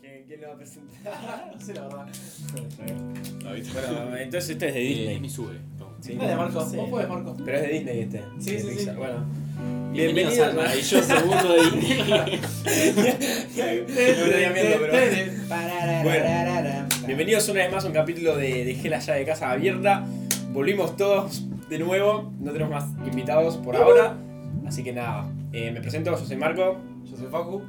¿Quién, quién lo va a presentar? No sé la verdad. bueno, entonces este es de Eh, Es Disney. mi sube. Tom. Sí, Dale, Marcos. sí. Vos podés, Marcos. Pero es de Disney este. Sí, sí, De sí. Pixar. Bueno. Bienvenidos Bienvenidos al maravilloso mundo de Disney. Bueno, Bienvenidos una vez más a un capítulo de Dejé la llave de casa abierta. Volvimos todos de nuevo. No tenemos más invitados por Uh-huh. ahora. Así que nada, eh, me presento, yo soy Marco. Yo soy Facu.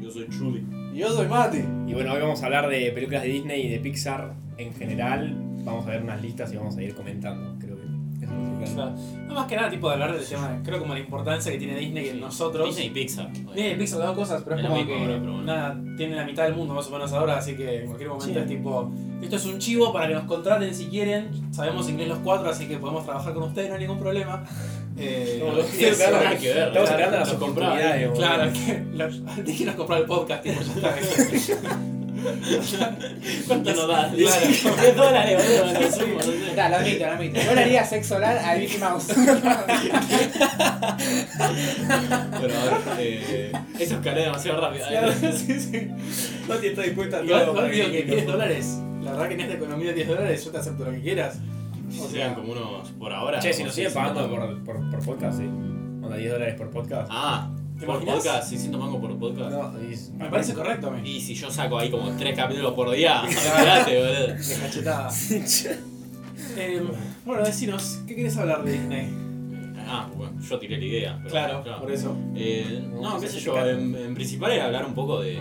Yo soy Trudy. Y yo soy Mati. Y bueno, hoy vamos a hablar de películas de Disney y de Pixar en general. Vamos a ver unas listas y vamos a ir comentando. Creo que es nuestro plan. Claro. No más que nada, tipo de hablar del tema, de- creo como la importancia que tiene Disney en nosotros. Disney y Eh, Pixar. Disney y Pixar son dos cosas, pero es Es lo como mismo que ahora, pero bueno. nada, tienen la mitad del mundo más o menos ahora, así que en cualquier momento Sí. es tipo, esto es un chivo para que nos contraten si quieren, sabemos inglés los cuatro, así que podemos trabajar con ustedes, no hay ningún problema. Eh, No, los- sí, claro. Nada que ver. Estamos claro, esperando las lo compraba. oportunidades. boludo. Claro, que los- dije nos comprar el podcast, tipo, ya está. ¿Cuánto nos das? Claro. 10 dólares, boludo. Lo subimos, no sé. Nah, lo admito, lo admito. Yo le haría sexo oral a Mickey Mouse. Bueno, a ver, eh, eso escalé demasiado rápido. ¿eh? sí, sí. Mati está dispuesta a Igual todo no para digo que que- 10 dólares, la verdad que en esta economía 10 dólares yo te acepto lo que quieras. O sea, como unos por ahora. Che, si nos como siguen 600 pagando mangos. por, por, por podcast, sí. Onda, 10 dólares por podcast. Ah, ¿Te por imaginas? podcast, 600 mangos por podcast. No, y- Me parece correcto a mí. Y si yo saco ahí como 3 capítulos por día, olvidate, boludo. De cachetada. Em, bueno, decinos, ¿qué querés hablar de Disney? Ah, bueno, yo tiré la idea. pero claro. por eso. Eh, no, qué sé yo, en, en principal era hablar un poco de,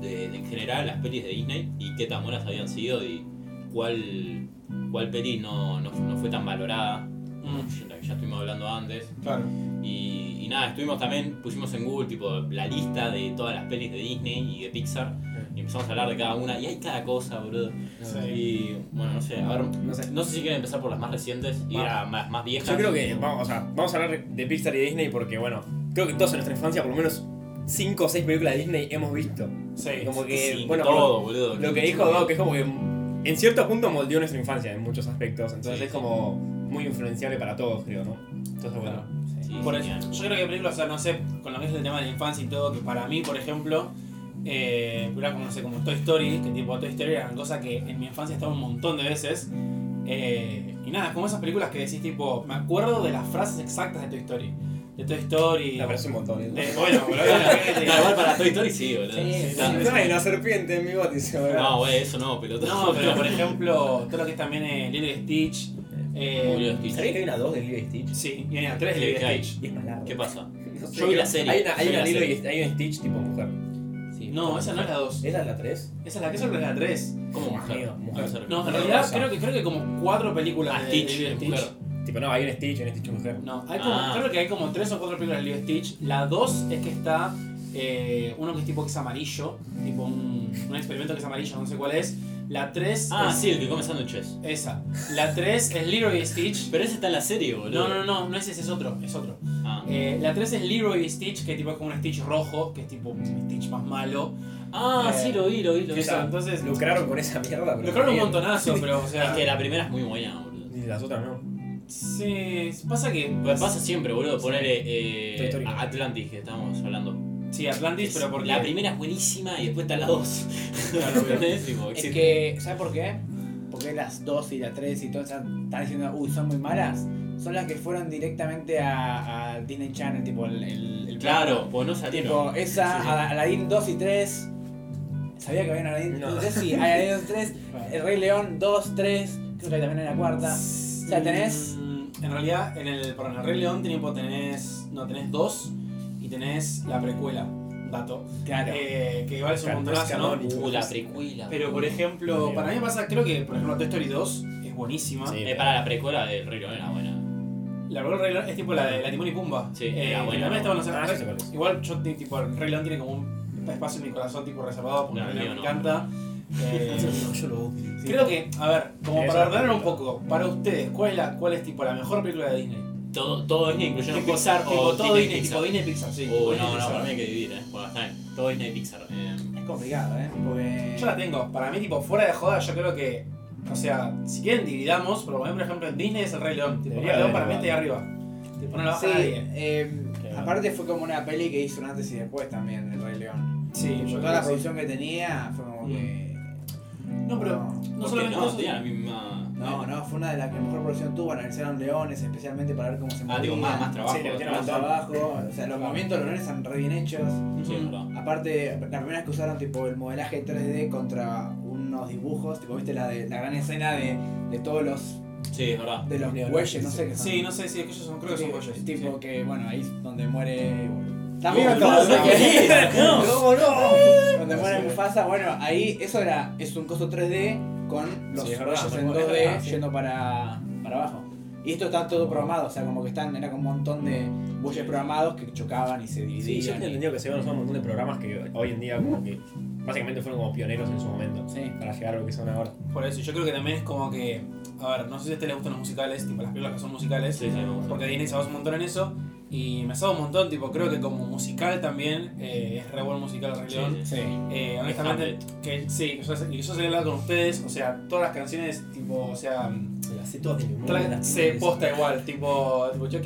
de- de en general las pelis de Disney y qué tan buenas habían sido y cuál, cuál peli no, no, no fue tan valorada, Mm. la que ya estuvimos hablando antes. Claro. Y, y nada, estuvimos también, pusimos en Google tipo la lista de todas las pelis de Disney y de Pixar y empezamos a hablar de cada una y hay cada cosa, boludo. Sí. Y bueno, no sé, a ver, No sé. no sé si quieren empezar por las más recientes y Va. las más, más viejas. Yo creo que vamos, o sea, vamos a hablar de Pixar y de Disney porque, bueno, creo que todos en nuestra infancia, por lo menos 5 o 6 películas de Disney hemos visto. Sí. Como que, Sí, bueno, todo, boludo. por lo que dijo Doc, es como que en cierto punto moldeó nuestra infancia en muchos aspectos, entonces Sí, es sí. como muy influenciable para todos, creo, ¿no? Entonces, bueno. Sí, Por genial. eso, yo creo que películas, o sea, no sé, con lo que es el tema de la infancia y todo, que para mí, por ejemplo, eh, películas como, no sé, como Toy Story, que tipo Toy Story eran cosas que en mi infancia estaba un montón de veces. eh, y nada, como esas películas que decís, tipo, me acuerdo de las frases exactas de Toy Story. De Toy Story. Me parece un montón. ¿eh? de- bueno, pero No, igual para Toy Story sí, boludo. Sí, sí, Tal vez. No hay una serpiente en mi botice, No, güey, eso no, pelota. No, pero por ejemplo, todo lo que es también eh, Lilo y Stitch. eh, Julio Stitch. ¿Sabías que hay una 2 de Lilo y Stitch? Sí, y hay tres Lilo ¿Qué y Stitch. Y es más larga. ¿Qué pasa? No sé, Yo vi la creo- serie, Hay una, hay yo vi una la Lilo y serie. hay un Stitch tipo mujer. No, esa no es la 2. ¿Esa es la 3? Esa es la que solo es la 3. ¿Cómo mujer? Amigo, mujer. Mujer. No, en No, realidad esa. creo que creo que como cuatro películas Ah, de Stitch, Lilo y es Stitch. mujer. Tipo, no, hay un Stitch, un Stitch mujer. No, hay como, Ah. creo que hay como tres o cuatro películas de Lilo y Stitch. La 2 es que está eh, uno que es tipo que es amarillo, tipo un, un experimento que es amarillo, no sé cuál es. La 3 Ah, es sí, el que come sándwiches. esa. La 3 es Lilo y Stitch. Pero ese está en la serie, boludo. No, no, no, no es ese, es otro, es otro. Ah, Eh, la 3 es Leroy Stitch, que tipo es como un Stitch rojo, que es tipo un Stitch más malo. eh, Ah, sí, lo vi, lo vi, lo vi. Sí, Eso, Es entonces, lo Lucraron con esa mierda. pero crearon un bien. montonazo, pero o sea. que la primera es muy buena, boludo. Y las otras no. Sí, pasa que. pues, Pero Pasa siempre, boludo, Toy ponerle Story. eh, a Atlantis que estábamos hablando. Sí, Atlantis, pero porque. La primera es buenísima y después está la dos. Claro, obvio. ¿Entendés? Tipo, Es existe. que, ¿sabes por qué? Porque las 2 y la 3 y todas esas están diciendo, uy, son muy malas. Son las que fueron directamente a, a Disney Channel, tipo el. el, el Claro, pues no salieron. uh, Tipo, esa, Sí, sí. Ala- Aladdin 2 y 3. Sabía que había una Aladdin No. 3 sí, Aladdin 2 y 3. El Rey León 2, 3. Creo que también hay una cuarta. O mm, sea, tenés- En realidad, en el, para el Rey León tipo, tenés. No, tenés dos y tenés la precuela. Dato. Claro. Eh, que igual es un Claro, no es montonazo, ¿no? canónico. Uh, la precuela. Pero por ejemplo, para mí me pasa, creo que por ejemplo Toy Story 2 es buenísima. Sí. Eh, para la precuela del Rey León era buena. La precuela del Rey León es tipo la de la de Timón y Pumba. Sí, Eh, era que buena. también estaban los Ah, ya sé cuál es. Igual yo ti- tipo, el Rey León tiene como un espacio en mi corazón tipo reservado porque No, el Rey León me mío no. encanta. Eh, yo lo odio. sí. Creo que, a ver, como Esa para es la ordenar un película. poco, para ustedes, ¿cuál es, la, cuál es tipo la mejor película de Disney? Todo, todo Disney, incluyendo Tipo, Pixar tipo, o todo Disney, Pixar. tipo Disney Pixar, sí. tipo Oh, Disney no, no, Pixar. para mí hay que dividir, eh. Bueno, está bien. Todo Disney Pixar. Eh, Es complicado, ¿eh? Porque. Yo la tengo, para mí tipo fuera de joda, yo creo que, o sea, si quieren dividamos, pero por ejemplo en Disney es el Rey León. Tipo, el Debería Rey León haber, para mí está ahí arriba. Tipo, no la baja Sí, nadie. eh, aparte fue como una peli que hizo un antes y después también, El Rey León. Sí, yo Toda la producción que tenía fue como que. No, pero No, no, Porque solamente no, eso. tenía la misma. ¿eh? No, no, fue una de las que mejor producción tuvo. Analizaron leones especialmente para ver cómo se Ah, digo, más, más trabajo. Sí, le metieron más trabajo. O sea, los movimientos de los leones están re bien hechos. Sí, es verdad. Aparte, la primera vez que usaron tipo el modelaje 3D contra unos dibujos, tipo viste la de la gran escena de, de todos los Sí, es verdad. de los Neológicos, bueyes, no sé qué son. Sí, no sé si aquellos son, creo que son Sí, pollos. Tipo sí. que bueno, ahí es donde muere. También No, todos, no, no, no. ¿Cómo no? Donde Sí, muere sí. Mufasa, bueno, ahí eso era, es un coso 3D con los Sí, es verdad, bueyes en es 2D verdad, sí. yendo para, para abajo. Y esto está todo programado, o sea, como que están, era como un montón de bueyes programados que chocaban y Sí, se yo dividían. tengo entendido que se van a usar un montón de programas que hoy en día como que básicamente fueron como pioneros en su momento Sí. para llegar a lo que son ahora. Por eso, yo creo que también es como que. A ver, no sé si a este le gustan los musicales, tipo las películas que son musicales. Sí, sí, me gusta. Porque Disney se basa un montón en eso. Y me sabe un montón, tipo, creo que como musical también. eh, es re buen musical, Rey Sí, León. sí. Sí. Eh, honestamente, que sí, que yo, y yo soy hablado con ustedes, o sea, todas las canciones, tipo, o sea, Se las sé todas de memoria, todas Mm, las- las se tengo que posta igual, tipo, tipo, yo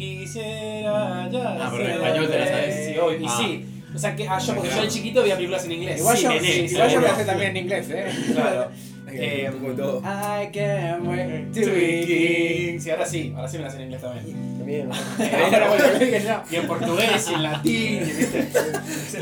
quisiera, ya. Ah, pero en ser español te la sabes. feliz y hoy- Y Ah. sí, o sea, que ah, yo, porque Claro. yo de chiquito veía películas en inglés. Igual sí, yo, nene, sí, igual yo me seguro. lo sé también en inglés, ¿eh? Claro. decir. Eh, Un poco de todo. I can't wait to To be be king. king. Sí, ahora sí, ahora sí me la sé en inglés también. También. Era bueno, lo dije yo. Y en portugués, y en latín, y viste.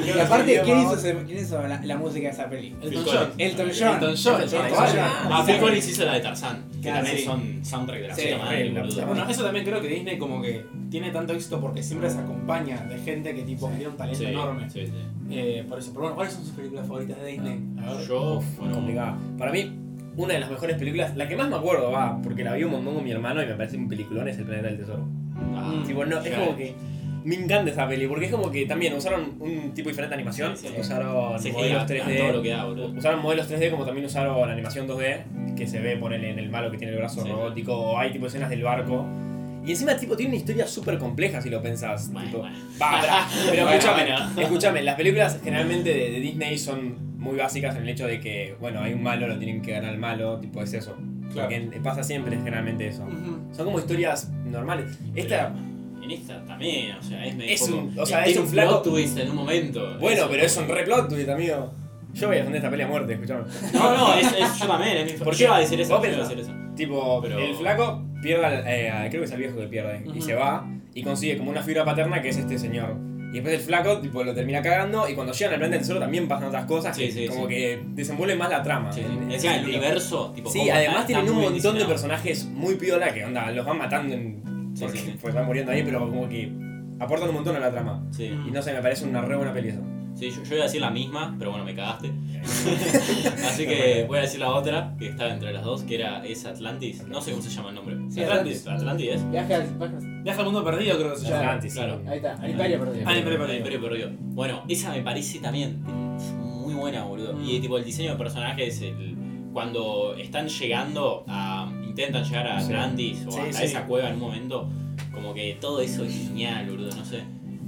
Y aparte, ¿quién hizo, ese- quién hizo la, la música de esa peli? Elton Phil Collins. John. Elton John. Elton John, Elton Elton John. John. Ah, Sí. Phil Collins hizo la de Tarzán. Que Claro, también sí. son soundtrack de la Sí, puta madre, re, la boludo. puta Bueno, eso también creo que Disney como que tiene tanto éxito porque siempre se acompaña de gente que tipo que tiene un talento Sí, enorme. sí, sí. Eh, por eso, pero bueno, ¿cuáles son sus películas favoritas de Disney? A ver. Yo, bueno, Ah, complicada. Para mí, una de las mejores películas, la que más me acuerdo, va, porque la vi un montón con mi hermano y me parece un peliculón, es El Planeta del Tesoro. ah, Mm. Tipo, no, es claro. como que. Me encanta esa peli, porque es como que también usaron un tipo diferente de animación, Sí, sí. usaron se modelos gira 3D. todo lo que da, boludo. Usaron modelos 3D como también usaron animación 2D, que se ve, ponele, en el malo que tiene el brazo Sí. robótico, o hay tipo escenas del barco. Y encima, tipo, tiene una historia súper compleja si lo pensás. Bueno, tipo, bueno. va, ah, pará, pero Bueno, escúchame, bueno. escúchame, las películas generalmente de, de Disney son muy básicas en el hecho de que, bueno, hay un malo, lo tienen que ganar el malo, tipo, es eso. Claro. Porque pasa siempre generalmente eso. Ujú. Son como historias normales. Esta, En esta también, o sea, es medio Es un- poco- o sea, tiene es un flaco- plot twist en un momento. Bueno, pero es un como- re plot twist, amigo. Yo voy a defender esta pelea a muerte, escuchame. No, no, es, es- yo también, es mi ¿Por ¿Por qué? qué iba a decir eso? ¿Vos yo iba a pensás? decir eso. Tipo, Pero- el flaco pierde al, eh, al- creo que es el viejo que pierde, y Ujú. se va y consigue como una figura paterna que es este señor. Y después el flaco tipo, lo termina cagando y cuando llegan al planeta del tesoro también pasan otras cosas Sí, que sí, como sí. que desenvuelven más la trama. Sí, En- en sí. ese Encima el sentido. universo, tipo. Sí, cómo está- además está tienen un muy montón de diseñado. personajes muy piola que onda, los van matando en, Sí, porque sí, sí. pues van muriendo ahí, pero como que aportan un montón a la trama. Sí. Y no sé, me parece una re buena peli eso. Sí, yo, yo iba a decir la misma, pero bueno, me cagaste. Así que voy a decir la otra, que estaba entre las dos, que era es Atlantis. No sé cómo se llama el nombre. Sí, Atlantis. Atlantis es. Viaje al. bajas- Viaja al mundo perdido, creo que se llama. Atlantis, claro. Ahí está, Ahí al Imperio está. perdido. Ah, el Imperio El Perdido. Imperio Perdido. Bueno, esa me parece también muy buena, boludo. Mm. Y tipo el diseño de personajes, el, cuando están llegando a. intentan llegar a Sí. Atlantis o Sí, hasta sí. esa cueva en un momento, como que todo eso es genial, boludo, no sé.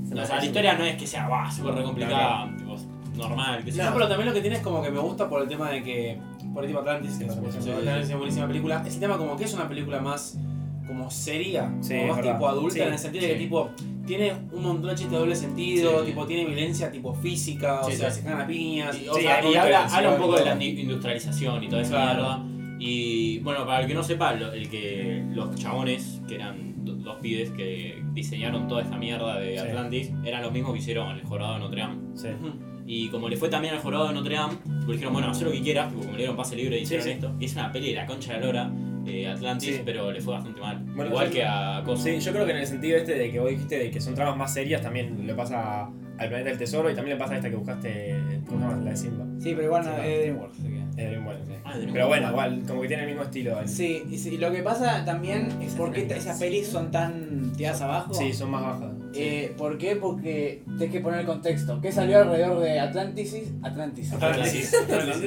Se me O sea, la parece historia no es que sea bah, súper re complicada, tipo, normal, que No, pero también lo que tiene es como que me gusta por el tema de que. Por el tipo Atlantis, que Sí, por ejemplo, sí, sí. Atlantis es una buenísima película. Es el tema como que es una película más como seria, Sí, como es más verdad. tipo adulta, Sí, en el sentido de que sí. tipo tiene un montón de chistes de doble sentido, Sí, sí. tipo tiene violencia tipo física, o Sí, sea, sí. se cagan a piñas. Y, o Sí, sea, hay y momentos habla, que se habla un van poco de la todo. indi- industrialización y toda esa Mm. Claro. mierda. Y bueno, para el que no sepa, lo- el que los chabones, que eran do- dos pibes que diseñaron toda esta mierda de Sí. Atlantis, eran los mismos que hicieron el jorado de Notre Dame. Sí. Ujú. Y como le fue también al jorado de Notre Dame, le dijeron, bueno, haz lo que quieras, tipo, como le dieron pase libre, hicieron sí. esto. Y es una peli de la concha de la lora, eh, Atlantis, Sí. pero le fue bastante mal. Bueno, Igual yo- que a Cosa. Sí, yo creo que en el sentido este de que vos dijiste de que son tramas más serias, también le pasa al planeta del tesoro y también le pasa a esta que buscaste, ¿cómo se llama? La de Simba. Sí, pero igual no Sí, es DreamWorks. así que- Es de Dreamworks, sí. Ah, de- Pero bueno, igual, como que tiene el mismo estilo. el- Sí, y sí, y lo que pasa también es por qué te- esas pelis son tan tiradas abajo. Sí, son más bajas. Eh, ¿Por qué? Porque tenés que poner el contexto. ¿Qué salió alrededor de Atlantis? Atlantis. Atlantis. Atlantis.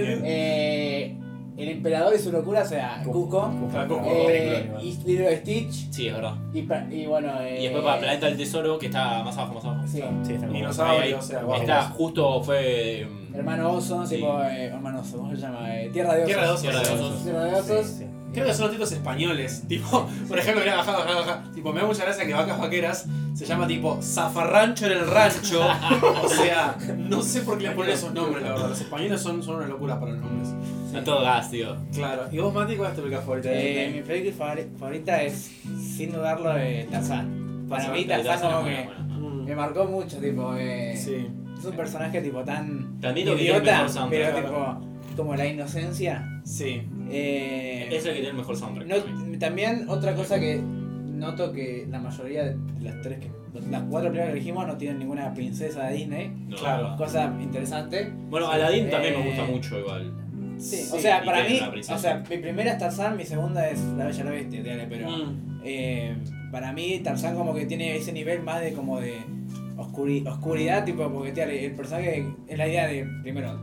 Eh, el emperador y su locura, o sea, Cusco. Cusco, Cusco, Eh, Cusco, y Lilo y Stitch. Sí, es verdad. Y, pa- y bueno. Y Eh, después para Planeta del Tesoro, que está más abajo, más abajo. Sí. Sí, está como- Dinosaurios, Ahí, ahí. o sea, guau. Está, justo fue mm, Hermano Oso, Sí. tipo, eh, hermano Oso, ¿cómo se llama? Eh, Tierra de Osos. Tierra de Osos. Tierra de Osos. Tierra de Osos. Sí, sí. Creo que son los títulos españoles. Tipo, por ejemplo, mira, bajá, bajá, bajá. Tipo, me da mucha gracia que Vacas Vaqueras se llama tipo Zafarrancho en el Rancho. o sea, no sé por qué le ponen esos nombres, la verdad. Los españoles son, son una locura para los nombres. Está todo gas, tío. Claro. ¿Y vos, Mati, cuál es tu película favorita? Eh, mi película favori- favorita es, sin dudarlo, de Tarzán. Para mí Tarzán Tarzán como es que buena, buena, ajá. me marcó mucho, tipo, eh, sí. es un personaje tipo tan Te admito que tiene el idiota, mejor soundtrack. pero claro. tipo, como la inocencia. Sí. Eh, Es el que tiene el mejor soundtrack. No, para mí. también otra cosa que noto que la mayoría de las tres que las cuatro primeras que elegimos no tienen ninguna princesa de Disney. No, claro. no. Cosa interesante. Bueno, Aladdin también me Eh, gusta mucho igual. Sí, Sí, o sea, y para tiene mí, una princesa. o sea, mi primera es Tarzán, mi segunda es La Bella y la Bestia, dale, pero Mm. eh, para mí Tarzán como que tiene ese nivel más de como de oscuri- oscuridad, tipo, porque dale, el personaje es la idea de, primero,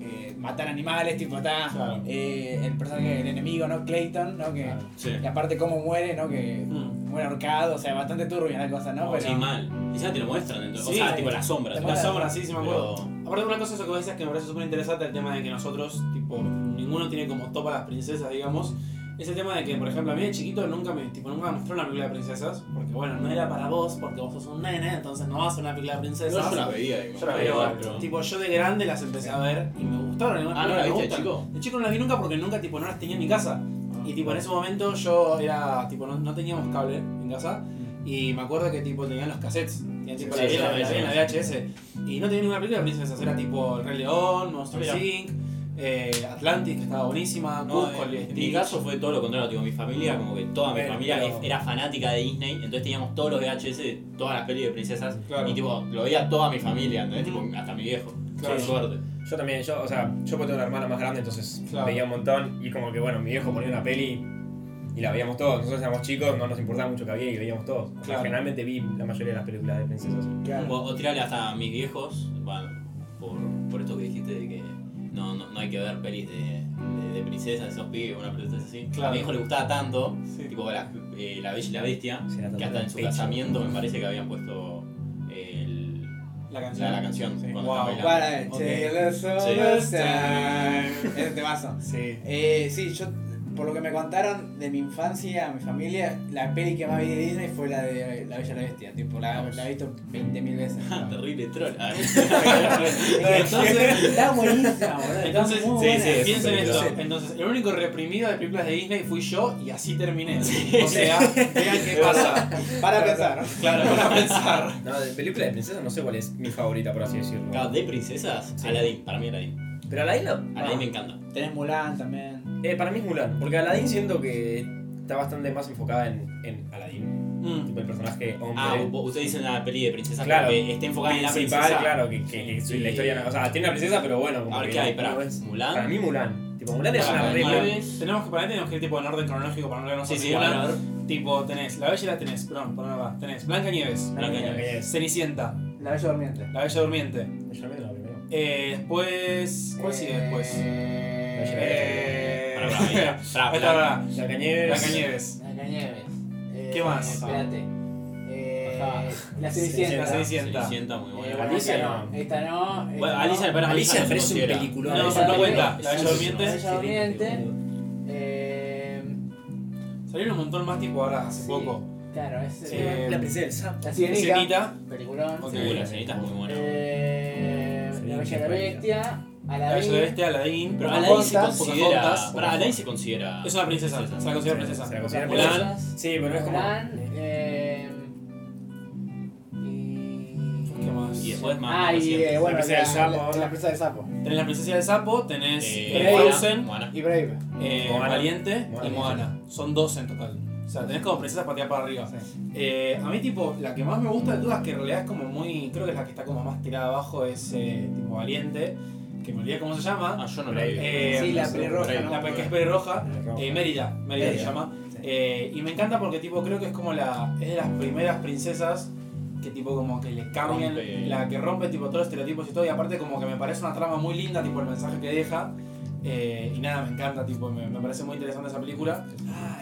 eh, matar animales, tipo, está Claro. eh, el personaje, el enemigo, ¿no? Clayton, ¿no? Que, Claro. Sí. Y aparte cómo muere, ¿no? Que Mm. muere ahorcado, o sea, bastante turbia la cosa, ¿no? Sí, mal. Y ya te lo muestran dentro. o Sí, sea, sí. tipo la sombra. Te tipo, La Claro. sombra, sí, sí me acuerdo. Pero- Aparte, una cosa eso que vos decías que me parece súper interesante, el tema de que nosotros, tipo, ninguno tiene como top a las princesas, digamos. Es el tema de que, por ejemplo, a mí de chiquito nunca me, tipo, nunca me mostraron una película de princesas, porque bueno, no era para vos, porque vos sos un nene, entonces no vas a una película de princesas. Yo la veía, digo. Yo la veía, Pero- pero, tipo, yo de grande las empecé a ver y me gustaron. y Ah, ¿no la me viste, gustan. chico? De chico no las vi nunca porque nunca, tipo, no las tenía en mi casa. Y tipo, en ese momento yo era, tipo, no, no teníamos Mm. cable en casa. Y me acuerdo que tipo tenían los cassettes. Tenían tipo Sí, la, sí, la- sí, la- sí. la VHS. Y no tenía ninguna película de princesas. Era tipo El Rey León, Monster Mira. Inc. eh, Atlantic, que estaba buenísima. No, Cusco, en, el en mi caso fue todo lo contrario, tipo, mi familia, como que toda mi Bueno, familia pero- es- era fanática de Disney, entonces teníamos todos los VHS de todas las pelis de princesas, Claro. y tipo, lo veía toda mi familia, ¿entendés? Ujú. Tipo, hasta mi viejo, Claro. por suerte. Yo también, yo, o sea, yo porque tengo una hermana más grande, entonces Claro. veía un montón. Y como que, bueno, mi viejo ponía una peli y la veíamos todos. Nosotros éramos chicos, no nos importaba mucho que había y veíamos todos. O sea, Claro. generalmente vi la mayoría de las películas de princesas. O, o tirarle hasta a mis viejos, bueno, por, por esto que dijiste de que no, no, no hay que ver pelis de, de, de princesas, de esos pibes, una princesa así. Claro. A mi viejo le gustaba tanto, Sí. tipo la, eh, la Bella y la Bestia, Sí, era que hasta en su pecho. casamiento me parece que habían puesto el, La canción. la, la canción. Sí. cuando Wow. estaba bailando. Ah, Para Ok. Taylor Swift, Sí. time. Ese temazo. Sí. Eh, sí, yo, por lo que me contaron de mi infancia, mi familia, la peli que más vi de Disney fue la de La Bella y la Bestia. Tipo, la, la he visto 20.000 veces. Ah, terrible troll. Ah. Entonces- Está buenísima, boludo. Entonces, está muy sí, buena. sí, es piensen un esto. peligro. Entonces, el único reprimido de películas de Disney fui yo y así terminé. O sea, vean qué pasa. Para pensar. Claro, para pensar. No, de película de princesas no sé cuál es mi favorita, por así decirlo. Claro, de princesas, Sí. Aladdin, para mí Aladdin. Pero Aladdin no. Aladdin me encanta. Tenés Mulan también. Eh, para mí es Mulan, porque Aladdin siento que está bastante más enfocada en, en Aladdin. Mm. Tipo el personaje hombre. Ah, vos- ustedes dicen la peli de princesas Claro. porque está enfocada en la principal, princesa. claro, que, que- que Sí. la historia. no- O sea, tiene una princesa, pero bueno. como A ver que qué hay, no para es- Mulan. Para mí, Mulan. Tipo, Mulan es Para una mí, regla. Tenemos que, para mí tenemos que ir tipo en orden cronológico para no leernos Sí, por sí, ninguna. a ver. Tipo, tenés La Bella y la tenés, perdón, por nada, tenés Blanca Nieves, eh, Blanca La Nieves. Es- Cenicienta, La Bella Durmiente. La Bella Durmiente. Yo me la primero. Eh, después. ¿Cuál sigue después? ah, Eh. Pará, pará, pará, pará, Esta, pará. pará. Blanca Nieves. Blanca Nieves. La Cañeves. ¿Qué más? Espérate. Eh, Ajá. la La Cenicienta. Cenicienta. Cenicienta, muy Eh, buena. bueno, Alicia esta no. Esta no. Esta Bueno, no. Alicia me parece Alicia no se me parece un considera. peliculón. No, La pero no Bella cuenta. Durmiente. La Bella Durmiente. La Bella Durmiente. Eh, Salieron un montón más tipo ahora, hace sí, poco. Claro, es Eh, La princesa del sapo. La Sirenita. Cenita. Peliculón. Ok. Uh, la cenita es muy buena. Eh, la Bella y la La Bestia. Bella y la Aladdin. Bestia, Aladdin. Pero Pocahontas, Aladdin se Pocahontas. considera. Pará, Aladdin se considera. Es una princesa, se la considera princesa. Se la considera Mulan. princesa. Sí, pero es como. Mulan, eh, y... ¿Qué más? Y después más. Ah, más y reciente. eh, bueno, La presa del sapo, La, ahora. la presa del sapo. Tenés la princesa del sapo, tenés Eh, eh, Moana, Frozen, Moana. Y Brave. eh, Moana. Valiente y Moana. Moana. Son 12 en total. O sea, tenés como princesas pateadas para arriba. Eh, a mí, tipo, la que más me gusta de todas, que en realidad es como muy. Creo que es la que está como más tirada abajo, es eh, tipo Valiente, que me olvidé cómo se llama. Ah, yo no la vi. Eh, sí, la no sé, pelirroja. Brave. ¿no? La que es pelirroja. Pelirroja. Eh, Mérida, Mérida se Mérida. llama. Sí. Eh, y me encanta porque, tipo, creo que es como la. Es de las primeras princesas que, tipo, como que le cambian. Rompe. La que rompe, tipo, todos los estereotipos y todo. Y aparte, como que me parece una trama muy linda, tipo, el mensaje que deja. Eh, y nada, me encanta, tipo, me, me parece muy interesante esa película.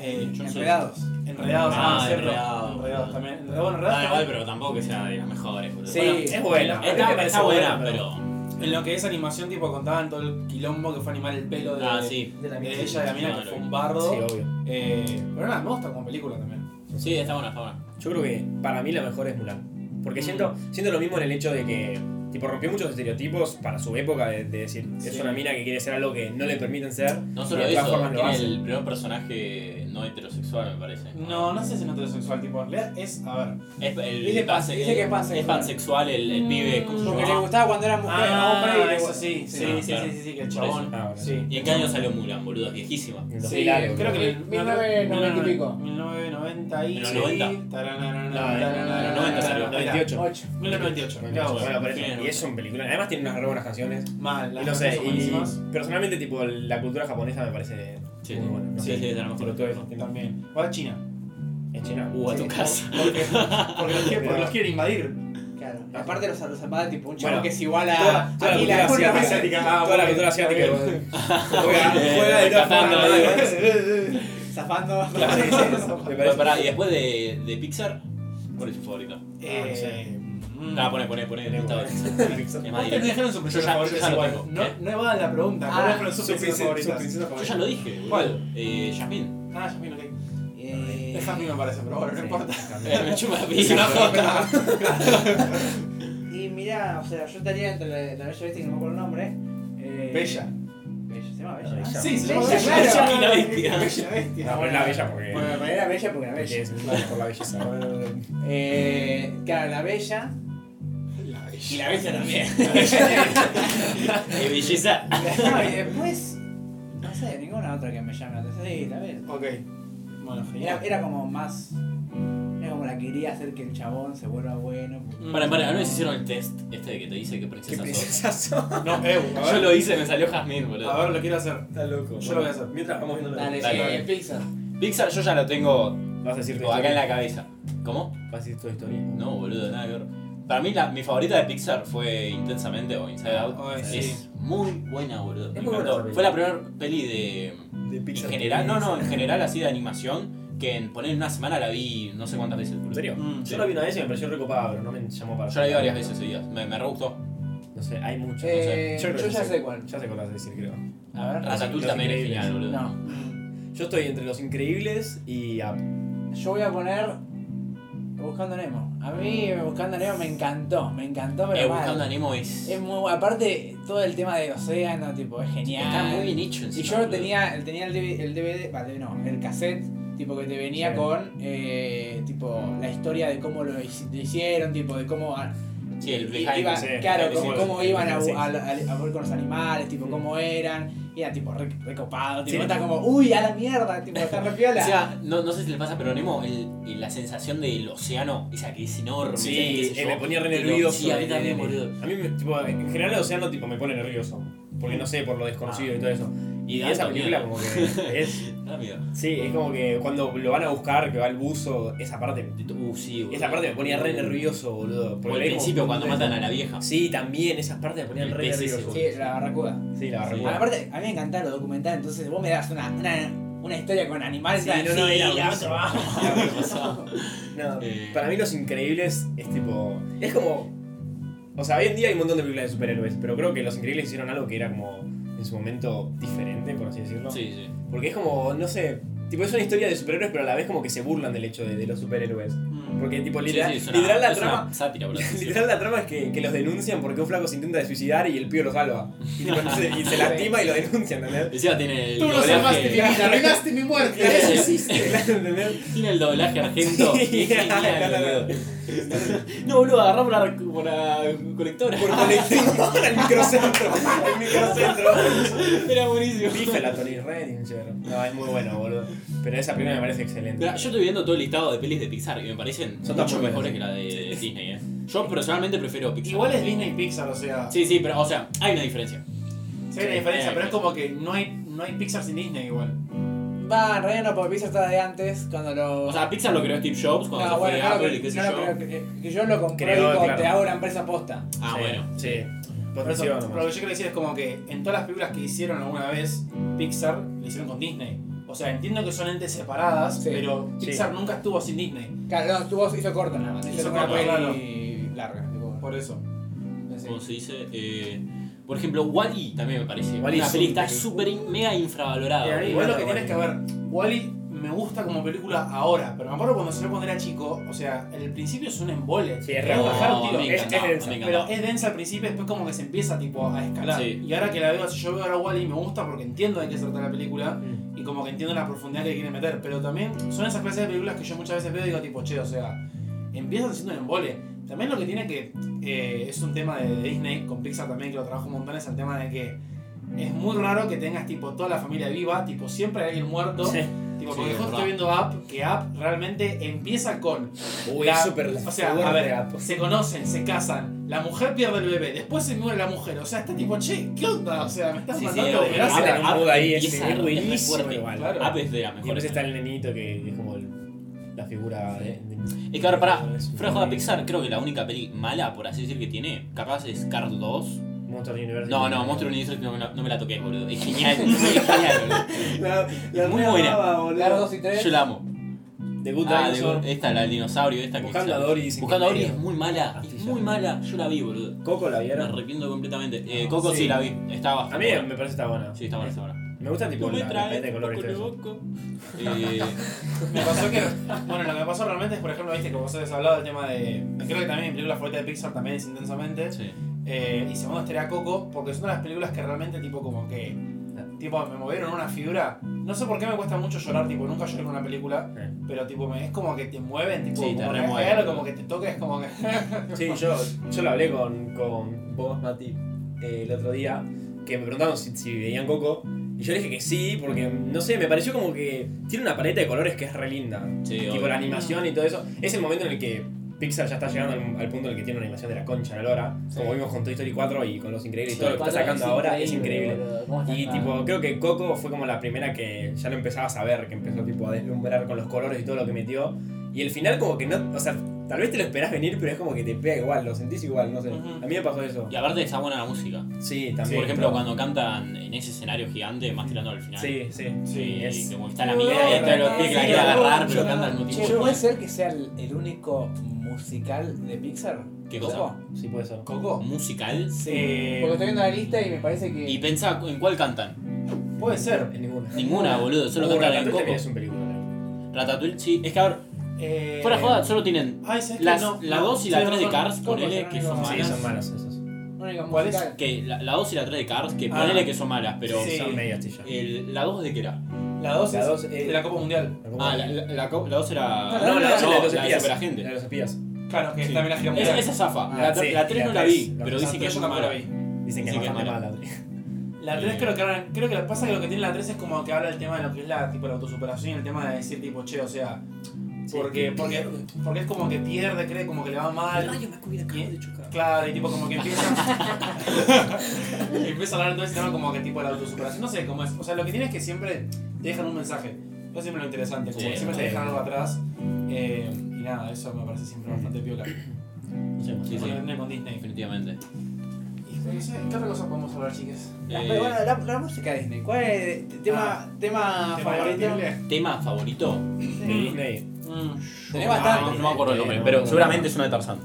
Eh, Yo no soy- Enredados. Enredados, Ah, ah, cierto. Enredados. Enredados también. Enredados, Ah, enredados. igual, pero tampoco que sea de las mejores. boludo. Sí, Bueno, Es buena. Está, está buena, pero. En lo que es animación, tipo, contaban todo el quilombo que fue animar el pelo de, Ah, sí. De la de mierda. ella, de la mina, No, que no fue vi. un bardo. Sí, obvio. Eh, pero nada, me gusta como película también. Sí, está buena, está buena. Yo creo que para mí la mejor es Mulan. Mm. Porque siento, siento lo mismo en el hecho de que tipo, rompió muchos estereotipos para su época de, de decir, es Sí. una mina que quiere ser algo que no le permiten ser. No y solo de todas eso, formas lo tiene hace. el primer personaje no heterosexual, me parece. No, no sé si es heterosexual, tipo, en realidad es, a ver. Es, el, Dice pan- panse- dice que es es pansexual. pansexual. el, el pibe. ¿cómo se Porque le llama? gustaba cuando era mujer, Ah, hombre, y le eso gu- sí, sí, Ah, sí, sí, claro. sí, sí, que el chabón. Ah, bueno. Sí. ¿Y en qué año salió Mulan, boludo? Es viejísima. En Sí, 2000 algo, Creo ¿no? que en 1990 y pico. 1990 y. En los 90. Tarararara, No, en- tarararara, en los 90 salió. 98. Ocho. 1998. Bueno, claro, bueno, por eso. Bien. Y es un película. Además tiene unas re buenas canciones. Mal, Y las no sé, son y buenísimas. personalmente tipo la cultura japonesa me parece Sí, muy buena. No sí, sé, sí, es de la tipo, mejor. todo eso. También. O a China. En China. Uh, a tu Sí. casa. Porque, Ah, porque los, quiere, porque los quiere invadir. Claro. Aparte los arrozamadas, tipo un chabón Bueno, que es Ah, igual a. Toda, toda la a cultura Mila Kunis. asiática. asiática. Ah, toda la bueno, cultura asiática. está Juega, juega de todas Escapando, formas, digo. ¿no? Zafando. Claro, sí, sí, sí, me Pero parece. pará, y después de, de Pixar, ¿cuál es tu favorita? Ah, no sé. Eh, mm. Ah, poné, poné, poné. Tenemos. estaba Pixar. Es más Ustedes no directo. dejaron su Yo princesa ya- yo favorita ya lo igual. tengo. No, ¿Eh? no evadan la pregunta. Ah, ¿Cuáles fueron sus Su princesas princesa- su favoritas? princesa Yo ya favorita. lo dije, boludo. ¿Cuál? Eh, Jasmine. Ah, Jasmine, ok. Eh, Es Jasmine me parece, pero bueno, no importa. Eh, me chupa la Es una pija. jota. Y mirá, o sea, yo estaría entre la, la Bella Bestia, que no me acuerdo el nombre. eh, Bella. Bella, se Ah, llama Bella. Bella. Sí, se Bella, llama Bella. claro. Y la bestia. Bella bestia. No, pero es la bella porque. Bueno, en realidad era Bella porque era porque Bella. es por la belleza. Eh, claro, la Bella. La bella. Y la Bella también. ¡Qué Eh, belleza! No, y después. No sé, ninguna otra que me llame la atención. Sí, la Bella. Ok. Bueno, Era, genial. era como más. Era como la que quería hacer que el chabón se vuelva bueno. Para, para, ¿no les hicieron el test este de que te dice qué princesa sos? sos? No, Ew, a Yo ver. lo hice, me salió Jasmine, boludo. A ver, lo quiero hacer. Está loco. Yo lo voy a hacer. Mientras vamos viendo la Dale, Dale, sí, dale. Pixar. Pixar yo ya lo tengo Vas a decir tu tipo, acá en historia. la cabeza. ¿Cómo? Vas a decir tu historia. No, boludo, nada que ver. Para mí la, mi favorita de Pixar fue Intensamente o Inside Out. Ay, es sí. muy buena, boludo. Me muy buena encantó. esa peli. Fue la primera peli de... De En Pixar. general, no, no, en general así de animación, que en poner una semana la vi no sé cuántas veces. boludo. ¿En serio? Mm, Yo la vi una vez y me pareció recopada, pero no me llamó para. Yo la vi varias veces seguidas, me, me re gustó. No sé, hay mucho. no sé. Eh, Yo yo, creo que ya sí. sé cuál. Ya sé cuál vas a decir, creo. A ver. Ratatouille Los también es Increíbles. genial, Ah, boludo. No. Yo estoy entre Los Increíbles y Up. Yo voy a poner Buscando Nemo. A mí Buscando Nemo me encantó, me encantó, pero Eh, mal. Buscando a Nemo es... Es muy aparte todo el tema de océano, tipo, es genial. Está muy bien hecho Y encima, yo boludo. tenía, tenía el DVD, el DVD, vale, no, el cassette, tipo que te venía Sí. con eh, tipo la historia de cómo lo hici- lo hicieron, tipo de cómo a- Sí, el i- behind iba- sí, claro, sí, cómo, sí, cómo sí, iban a, sí. a, a- a ver con los animales, tipo cómo eran, y era tipo re- recopado, tipo Sí. está como, uy, a la mierda, tipo, está re piola. O sea, no, no sé si les pasa, pero Nemo, el, el- la sensación del océano, esa que es enorme. Sí, qué sé eh, yo. me ponía re Pero- nervioso. Sí, a mí eh, también, eh, boludo. A mí, me- tipo, en general el océano tipo, me pone nervioso. Porque no sé, por lo desconocido y todo eso. Y Ah, esa también. película como que es... Me da miedo. Sí, es como que cuando lo van a buscar, que va el buzo, esa parte... Uh, sí, boludo. Esa parte me ponía re nervioso, boludo. Por lo el leí como- principio, cuando matan a la vieja. Sí, también, esas partes me ponían El re pez ese, nervioso. sí, la barracuda. Sí, la Sí. barra. Bueno, aparte, a mí me encanta lo documental, entonces vos me das una, una, una historia con animales. Sí, y no, no, sí, era la hermoso. otra, vamos. No, Eh. para mí Los Increíbles es tipo... Es como... O sea, hoy en día hay un montón de películas de superhéroes, pero creo que Los Increíbles hicieron algo que era como, en su momento, diferente, por así decirlo. Sí, sí. Porque es como, no sé, tipo es una historia de superhéroes, pero a la vez como que se burlan del hecho de, de los superhéroes. Mm. Porque tipo, Sí, literal, sí, es una- literal la es una trama... Sátira, boludo. Literal la trama es que, que los denuncian porque un flaco se intenta de suicidar y el pío lo salva. Y, tipo, no sé, y se lastima y lo denuncian, ¿entendés? Encima tiene el Tú lo doblaje. salvaste, Pimita, arruinaste mi muerte. Eso hiciste, claro, ¿entendés? Tiene el doblaje argento. Sí, Es genial, boludo. No, boludo, agarrá por la, por la colectora. Por colectivo, el microcentro, el microcentro. Era buenísimo. Bife la Tony Redinger. No, es muy bueno, boludo. Pero esa película me parece excelente. Mira, yo estoy viendo todo el listado de pelis de Pixar y me parecen Son tan mucho buenas. mejores que la de Disney, eh. Yo personalmente prefiero Pixar. Igual es Disney y Pixar, o sea. Sí, sí, pero, o sea, hay una diferencia. Sí, hay una diferencia, Sí. pero es como que no hay, no hay Pixar sin Disney igual. Va, en realidad no, porque Pixar estaba de antes, cuando lo. O sea, Pixar lo creó Steve Jobs cuando no, se fue Ah, bueno, de claro, Apple y que, qué sé no, yo. no, pero que- que yo lo compré Creo, y digo, claro. te hago una empresa posta. Ah, Sí, bueno. Sí. Por eso, Potenciado pero lo nomás. que yo quiero decir es como que en todas las películas que hicieron alguna vez, Pixar le hicieron con Disney. O sea, entiendo que son entes separadas, Sí. pero Sí. Pixar nunca estuvo sin Disney. Claro, no, tuvo, hizo corto nada más. Hizo, Hizo una corto, peli larga. tipo, Por eso. así. Como se dice, eh, Por ejemplo, Wally también me parece. Wall-E una es película un- está súper in- mega Ah, infravalorada. Igual lo que tienes que ver, Wally me gusta como película ahora, pero me acuerdo cuando salió cuando era chico, o sea, el principio es un embole. Sí, es Te va a real. bajar un No, tiro. me Es- encantaba, es densa, me encantaba. Pero es densa al principio, después como que se empieza tipo a escalar. Sí. Y ahora que la veo, si yo veo ahora Wally me gusta porque entiendo de qué se trata la película Mm. y como que entiendo la profundidad que quiere meter. Pero también son esas clases de películas que yo muchas veces veo y digo tipo, che, o sea, empiezan siendo un embole. También lo que tiene que eh, es un tema de, de Disney, con Pixar también que lo trabajo un montón, es el tema de que es muy raro que tengas tipo toda la familia viva, tipo siempre hay alguien muerto. Tipo, Sí, porque es yo estoy verdad. viendo App, que App realmente empieza con Uy, la- es súper o sea, fuerte, a ver, gato. se conocen, se casan, la mujer pierde el bebé, después se muere la mujer, o sea, está tipo, che, ¿qué onda? O sea, me estás Sí, sí, mandando de obvio. gracia. Abre App- la muda ahí, App ese, empieza es buenísimo re fuerte. igual. Claro. App es de las Y después mejores. está el nenito que es como el- la figura de, de- Es que ahora, pará, Es un- fuera de joda, Pixar, creo que la única peli mala, por así decir, que tiene, capaz es Cars 2. Monster University. No, no, Monstruo Universo no, me la- no me la toqué, boludo. Es genial, es genial, boludo. La, la Muy buena. amaba, Claro, dos y tres. Yo la amo. The Good Ah, Dinosaur. de- esta, la del dinosaurio, esta que Buscando a sale. Dory, dicen Buscando a que Dory es es muy mala, es Astillero. muy mala. Yo la vi, boludo. Coco la Me vieron. arrepiento completamente. Eh, Coco sí. sí. la vi, está bastante. A mí buena. me parece que está buena. Sí, está buena, está buena. Me gusta tipo la, la paleta de colores. y todo eso. Eh, Me pasó que, bueno, lo que me pasó realmente es, por ejemplo, viste que vos habías hablado del tema de, creo que también mi película favorita de Pixar también es Intensamente, sí. eh, y segundo estaría Coco, porque son de las películas que realmente tipo como que, tipo, me movieron una fibra, no sé por qué me cuesta mucho llorar, tipo, nunca lloré con una película, Eh. pero tipo, me, es como que te mueven, tipo, Sí, te como que hay remueven. algo como que te toca, es como que... Sí, yo, yo lo hablé con, con vos, Mati, eh, el otro día, que me preguntaron si, si veían Coco. Y yo le dije que sí, porque no sé, me pareció como que tiene una paleta de colores que es re linda. Sí, tipo obvio. la animación y todo eso. Es el momento en el que Pixar ya está llegando al, al punto en el que tiene una animación de la concha de la lora. Como vimos con Toy Story 4 y con Los Increíbles y todo lo que está sacando ahora es increíble. Y tipo, creo que Coco fue como la primera que ya lo empezabas a ver, que empezó tipo a deslumbrar con los colores y todo lo que metió. Y el final como que no, o sea, tal vez te lo esperás venir, pero es como que te pega igual, lo sentís igual, no sé. Ujú. A mí me pasó eso. Y aparte está buena la música. Sí, también. Por ejemplo, todo. cuando cantan en ese escenario gigante, más tirando al final. Sí, sí. Sí, es- como está la migra y está los pies que la Sí, quiere no, agarrar, yo pero no. canta al mismo Che, tiempo. ¿Puede ser que sea el, el único musical de Pixar? ¿Qué ¿Coco? cosa? Sí, puede ser. Coco. Musical. Sí. Eh, Porque estoy viendo la lista y me parece que. Y pensá en cuál cantan. Puede ser. En ninguna. Ninguna, boludo, solo Uy, cantan en Ratatouille también Coco. es un ¿eh? película. Ratatouille, sí. Es que a ver, Eh, fuera de joda, solo tienen Ay, ¿sabes qué? las, No, la no, 2 y la sí, 3 de razón. Cars, Coco, ponele son que son animadas. Sí, malas. son malas esas. Único ¿Cuál es? musical. Que la, la 2 y la 3 de Cars, que Ah. ponele que son malas, pero Sí. Son medias chillas. el- la 2 de qué era? La 2 La es dos, eh, de la Copa Mundial. Ah, la, la, la co- la 2 era. No, No, la dos es la de los la de espías. Superagente. La de los espías. Claro, que Sí. también la gira Esa, mundial. esa zafa. Ah, la, sí, 3 y la no la tres, vi, la pero tres dicen que yo es tampoco mala. la vi. Dicen que Sí, es que bastante mala. mala. La 3 creo que ahora- creo que lo que pasa que lo que tiene la 3 es como que habla el tema de lo que es la tipo la autosuperación y el tema de decir tipo, che, o sea, porque, porque, porque es como que pierde, cree como que le va mal. me acabo de chocar. Claro, y tipo como que empieza. empieza a hablar todo ese tema como que tipo la autosuperación. No sé cómo es. O sea, lo que tiene es que siempre te dejan un mensaje. Eso es siempre lo interesante, como Sí, que siempre te sí. dejan algo atrás. Eh, y nada, eso me parece Mm. siempre bastante piola. Sí, sí, Bueno, viene con Disney. definitivamente. Y no sé, ¿qué otra cosa podemos hablar, chicas? La- Eh, pero bueno, la, la música Disney. ¿Cuál es el tema, Ah. tema, ¿Tema favorito? debatible? ¿Tema favorito? De Disney. Tenés Ah, bastante. no me acuerdo el nombre, pero seguramente es una de Tarzán.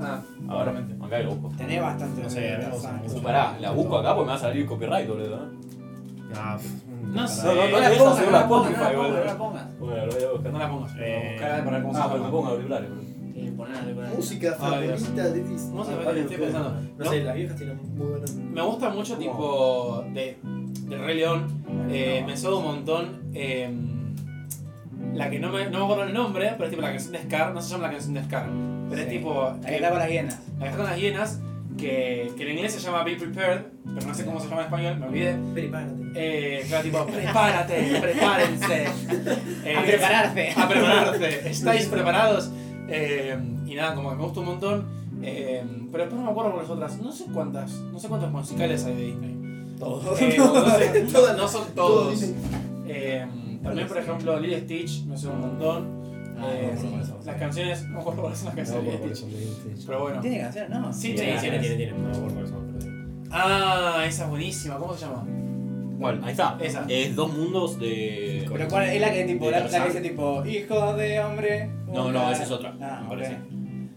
Ah, Ahora, probablemente. acá lo busco. Tenés bastante. No sé, de no Tarzán. sé. Uh, pará, la busco acá porque me va a salir copyright, boludo. ¿eh? No, pff, No sé. pará. No, no, Eh, No la Esa pongas, se no la la pongas, no Spotify, la pongas, boludo. no la pongas. Bueno, lo voy a buscar. No la pongas. Eh, Buscala para ver cómo se Ah, pues Ah, me llama. pongo a auricular, boludo. Y ponerle, ponerle. Música Ay, favorita de Disney. Ah, No sé, pero estoy pensando. No sé, las viejas tienen muy buenas. Me gusta mucho, tipo, de, de Rey León. Eh, me soda un montón. eh, la que no me, no me acuerdo el nombre, pero es tipo la canción de Scar. No se llama la canción de Scar, pero es Sí. tipo. La eh, que está con las hienas. la que está con las hienas, que, que en inglés se llama Be Prepared, pero no sé cómo se llama en español, me olvidé. Prepárate. Eh, claro, tipo, prepárate, prepárense. Eh, A prepararse. a prepararse. ¿Estáis preparados? Eh, y nada, como que me gusta un montón. eh, pero después no me acuerdo con las otras. No sé cuántas. No sé cuántos musicales hay de Disney. Todos. Eh, no, sé, Todas no las- son todos todos. Disney. Eh, también, por ejemplo, Lily Stitch me suena un montón. Eh, Ah, sí. las canciones. No me acuerdo cuáles son las canciones de Lilo y Stitch. Pero bueno. ¿Tiene canción? No. Sí, tiene tiene, tiene, canciones. tiene, tiene. No, por eso me acordé. Ah, esa es buenísima. ¿Cómo se llama? Bueno, ahí está. Esa. Es Dos Mundos de. Pero cuál es la que tipo, De la, la que Tarzán. dice tipo, hijo de hombre. No, no, esa es otra, Ah, me ok. parece.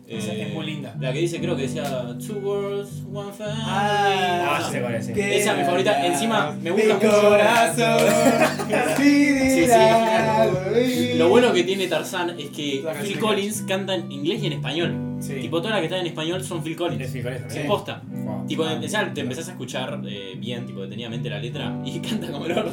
Es- es muy linda. eh, La que dice, creo que decía Two Worlds, One Family. Ah, Ah, ya sé cuál es, sí. qué Esa es mi favorita. Encima, me gusta Mi mucho. corazón. pedirá volver. Lo bueno que tiene Tarzán es que La canción Phil que- Collins canta en inglés y en español. Sí. Tipo, todas las que están en español son Phil Es Collins. Phil Collins Se también. posta. Wow. Tipo, de- ya te empezás a escuchar eh, bien, tipo, detenidamente la letra y canta como el orto.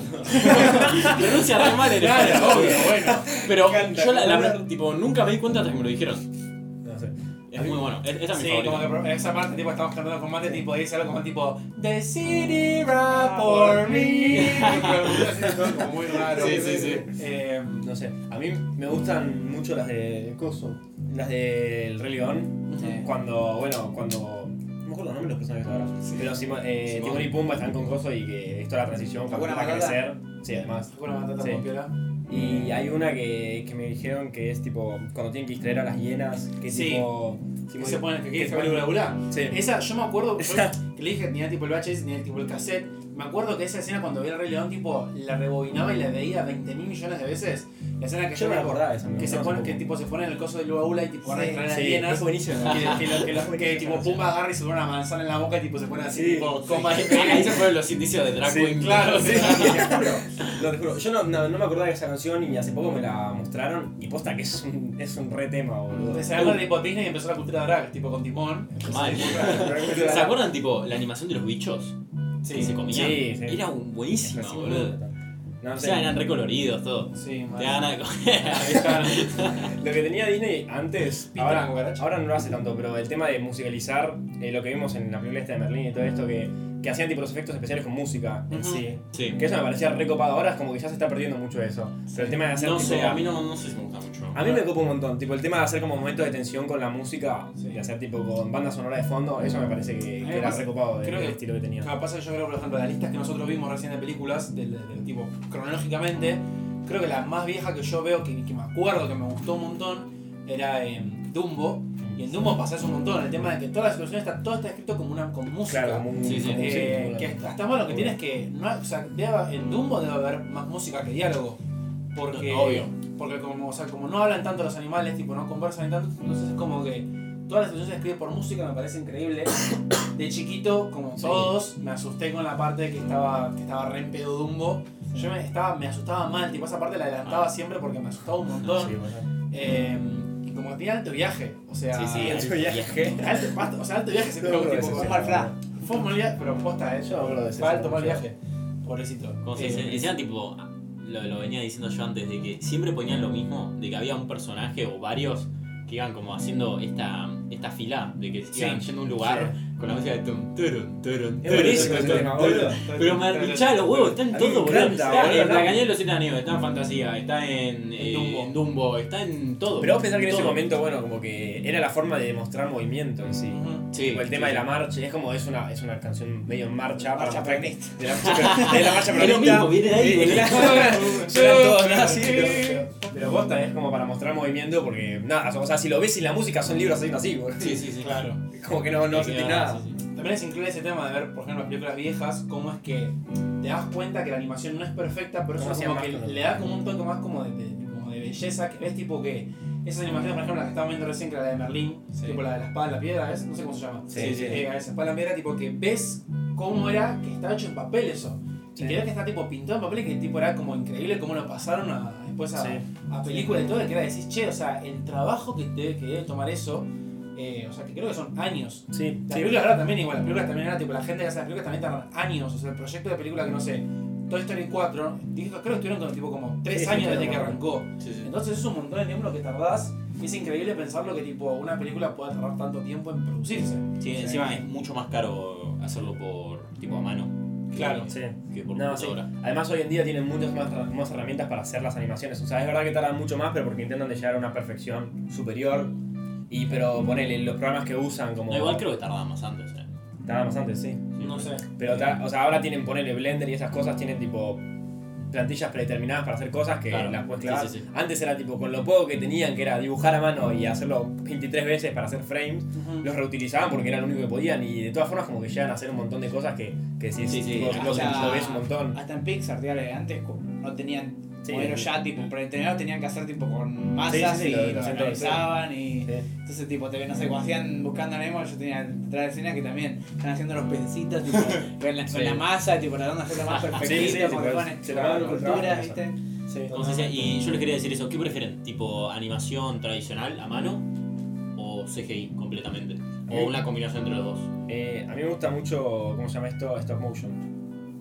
Pronuncia re mal el español, obvio, bueno. Pero Canta yo la, la- como el orto. tipo, nunca me di cuenta hasta que me lo dijeron. No sé. Es muy bueno. Es- Esa es mi Sí, como favorita. que en esa parte tipo estamos cantando con mate tipo dice algo como tipo The City Ah, Rap for me. Pero, como muy raro. Sí, sí, sí. Eh, No sé. A mí me gustan mucho las de Coso. Las del Rey León. Sí. Cuando, bueno, cuando. No me acuerdo los nombres de los personajes ahora. Pero Simo- eh, Simón. Timón y Pumba están con Coso y que esto es la transición cuando Hakuna empieza a crecer. Matata. Sí, además. Hakuna Matata Sí. muy piola. Y hay una que, que me dijeron que es tipo cuando tienen que distraer a las hienas. Que Sí. tipo. Que se ponen, que que quieren se sacar ponen- el bla bla. Sí. Esa, yo me acuerdo, yo que le dije, tenía tipo el VHS, tenía tipo el cassette. Me acuerdo que esa escena cuando vi el Rey León, tipo, la rebobinaba y la veía 20 mil millones de veces. La escena que Yo yo no me me acordaba esa. me Que se gustaba pone, que un tipo se pone en el coso de Luaula y tipo van a distraer a poco. las Sí, es hienas. buenísima. Que, que, lo- que, lo- que tipo Pumba agarra y se pone una manzana en la boca y tipo se pone así, Sí, tipo, sí. coma de Ahí se fueron los indicios de Drag Sí, Queen. claro, sí. Sí, te juro, no, te juro. Yo no, no, no me acordaba de esa canción y hace poco me la mostraron y posta que es un, es un re tema, boludo. Se agarra tipo Disney y empezó la cultura drag, tipo con timón. Mal. ¿Se acuerdan, tipo, la animación de los bichos? Que se comían. Sí, sí. Era un- Es buenísima, así, boludo. No, O sé. sea, eran recoloridos, todo. Sí, Te mal. dan a comer. Lo que tenía Disney antes, Pinta la ahora, cucaracha. ahora no lo hace tanto, pero el tema de musicalizar eh, lo que vimos en la película esta de Merlín y todo esto, que, que hacían tipo los efectos especiales con música en Ujú. sí. Sí. Que eso me parecía recopado, ahora es como que ya se está perdiendo mucho eso. Pero el tema de hacer No tipo- sé, a mí no, no sé si me gusta mucho. A mí me copa un montón, tipo el tema de hacer como momentos de tensión con la música y hacer tipo con banda sonora de fondo, eso me parece que, que era Además, recopado de- creo del que- estilo que tenía. Lo que Ah, pasa es que yo creo, por ejemplo, las listas que nosotros vimos recién de películas, del, del tipo cronológicamente, creo que la más vieja que yo veo, que, que me acuerdo que me gustó un montón, era em, Dumbo. Y en Dumbo pasás un montón, el tema de que toda la situación está, todo está escrito como una, con música. Claro, como un- Sí, sí. como un- Eh, como que una- hasta más lo que tienes que. No, o sea, debe- en Dumbo debe haber más música que diálogo. Porque, Obvio. porque como, o sea, como no hablan tanto los animales, tipo, no conversan tanto, entonces es como que toda la situación se escribe por música, me parece increíble. De chiquito, como Sí. todos, me asusté con la parte que estaba, que estaba re en pedo Dumbo. Yo me, estaba, me asustaba mal, tipo, esa parte la Ah. adelantaba siempre porque me asustaba un montón. Sí, bueno. Eh, y como tenía alto viaje, o sea. Sí, sí, alto viaje. Alto, o sea, alto viaje se No, no, tuvo tipo, eso sí. fue mal plan. Fue un mal viaje, pero posta, eh. Yo me acuerdo de ese Fue alto segundo mal viaje. viaje. Pobrecito. Como se Eh, dice, decían tipo, lo, lo venía diciendo yo antes, de que siempre ponían lo mismo, de que había un personaje o varios que iban como haciendo esta, esta fila, de que iban yendo a un lugar con la música de tum, turun, turun, Es buenísimo ese turun, tema, turun, boludo. turun. Pero me hinchaba los huevos, está en A mí todo, me boludo. encanta, está boludo, en no. La Cañada de los Siete Anillos, está en Fantasía, está en, eh, Dumbo. en Dumbo, está en todo. Pero vos pensás que en ese todo. momento, bueno, como que era la forma de demostrar movimiento en sí. ujú. Sí, Tipo el tema sí, de la sí. marcha, es como es una, es una canción medio en marcha, Marcha para mostrar que- peronista. de la marcha, de la marcha Es lo mismo, peronista. viene de ahí, Sí, boludo. Suenan todos, ¿no? Así, pero- Pero posta es como para mostrar movimiento porque nada, o sea, si lo ves sin la música son libros haciendo así, boludo. Sí, sí, sí. Claro. Como que no, no Sí, sentís claro, nada. sí, sí. También es increíble ese tema de ver, por ejemplo, las películas viejas, cómo es que te das cuenta que la animación no es perfecta, pero eso Como hacían como que más, ¿no? le da como un toque más como de, de- como de belleza, que ves tipo que esas animaciones, por ejemplo, la que estaba viendo recién, que era la de Merlín, Sí. tipo la de la espada en la piedra, ¿ves? no sé cómo se llama. Sí, Eh, sí. esa espada en la piedra, tipo que ves cómo era que está hecho en papel eso. Sí. Y que ves que está tipo pintado en papel y que tipo era como increíble cómo lo pasaron a, después a, Sí. a película y todo, que era decir, che, o sea, el trabajo que debe, que debe tomar eso, eh, o sea, que creo que son años. Sí, Las películas ahora también igual, las películas también ahora, tipo, la gente que hace las películas también tardan años, o sea, el proyecto de película que no sé, Toy Story 4, dijo- creo que estuvieron con, tipo como 3 Sí, sí, años desde claro. que arrancó. Sí, sí. Entonces es un montón de tiempo lo que tardás, y es increíble pensar lo que tipo una película pueda tardar tanto tiempo en producirse. Sí, encima es mucho más caro hacerlo por tipo a mano. que- Claro. sí. Que por No, sí. computadora. Además hoy en día tienen muchas más, más herramientas para hacer las animaciones. O sea, es verdad que tardan mucho más, pero porque intentan de llegar a una perfección superior. Y pero ponele, los programas que usan como... No, igual creo que tardaba más antes. eh. Tardaban más antes, sí. No sé. Pero ta- o sea, ahora tienen, ponele Blender y esas cosas, tienen tipo plantillas predeterminadas para hacer cosas que Claro. las puedes Sí, clavar. sí, sí. Antes era tipo con lo poco que tenían, que era dibujar a mano y hacerlo 23 veces para hacer frames, los reutilizaban porque era lo único que podían y de todas formas como que llegan a hacer un montón de cosas que, que decís, Sí, Ah, sí, tipo, la loco, cosa- ah, lo ves un montón. Hasta en Pixar, digamos, antes co- no tenían Sí, modelos sí. ya, tipo, preentrenados tenían que hacer tipo con masas sí, sí, y lo- lo, lo siento, analizaban y. Sí. Entonces, tipo, te, no sé, cuando hacían buscando a Nemo, yo tenía detrás de escena que también están haciendo los pensitos, tipo, con, la, con la masa, tipo, tratando de hacerlo más perfectito, Sí, sí, como sí, que pues, ponen se tomaban un cultura, trabajo, ¿viste? Sí. Entonces, y yo les quería decir eso, ¿qué prefieren? ¿Tipo animación tradicional a mano o CGI completamente? ¿O una combinación entre los dos? Eh, a mí me gusta mucho, ¿cómo se llama esto? Stop motion.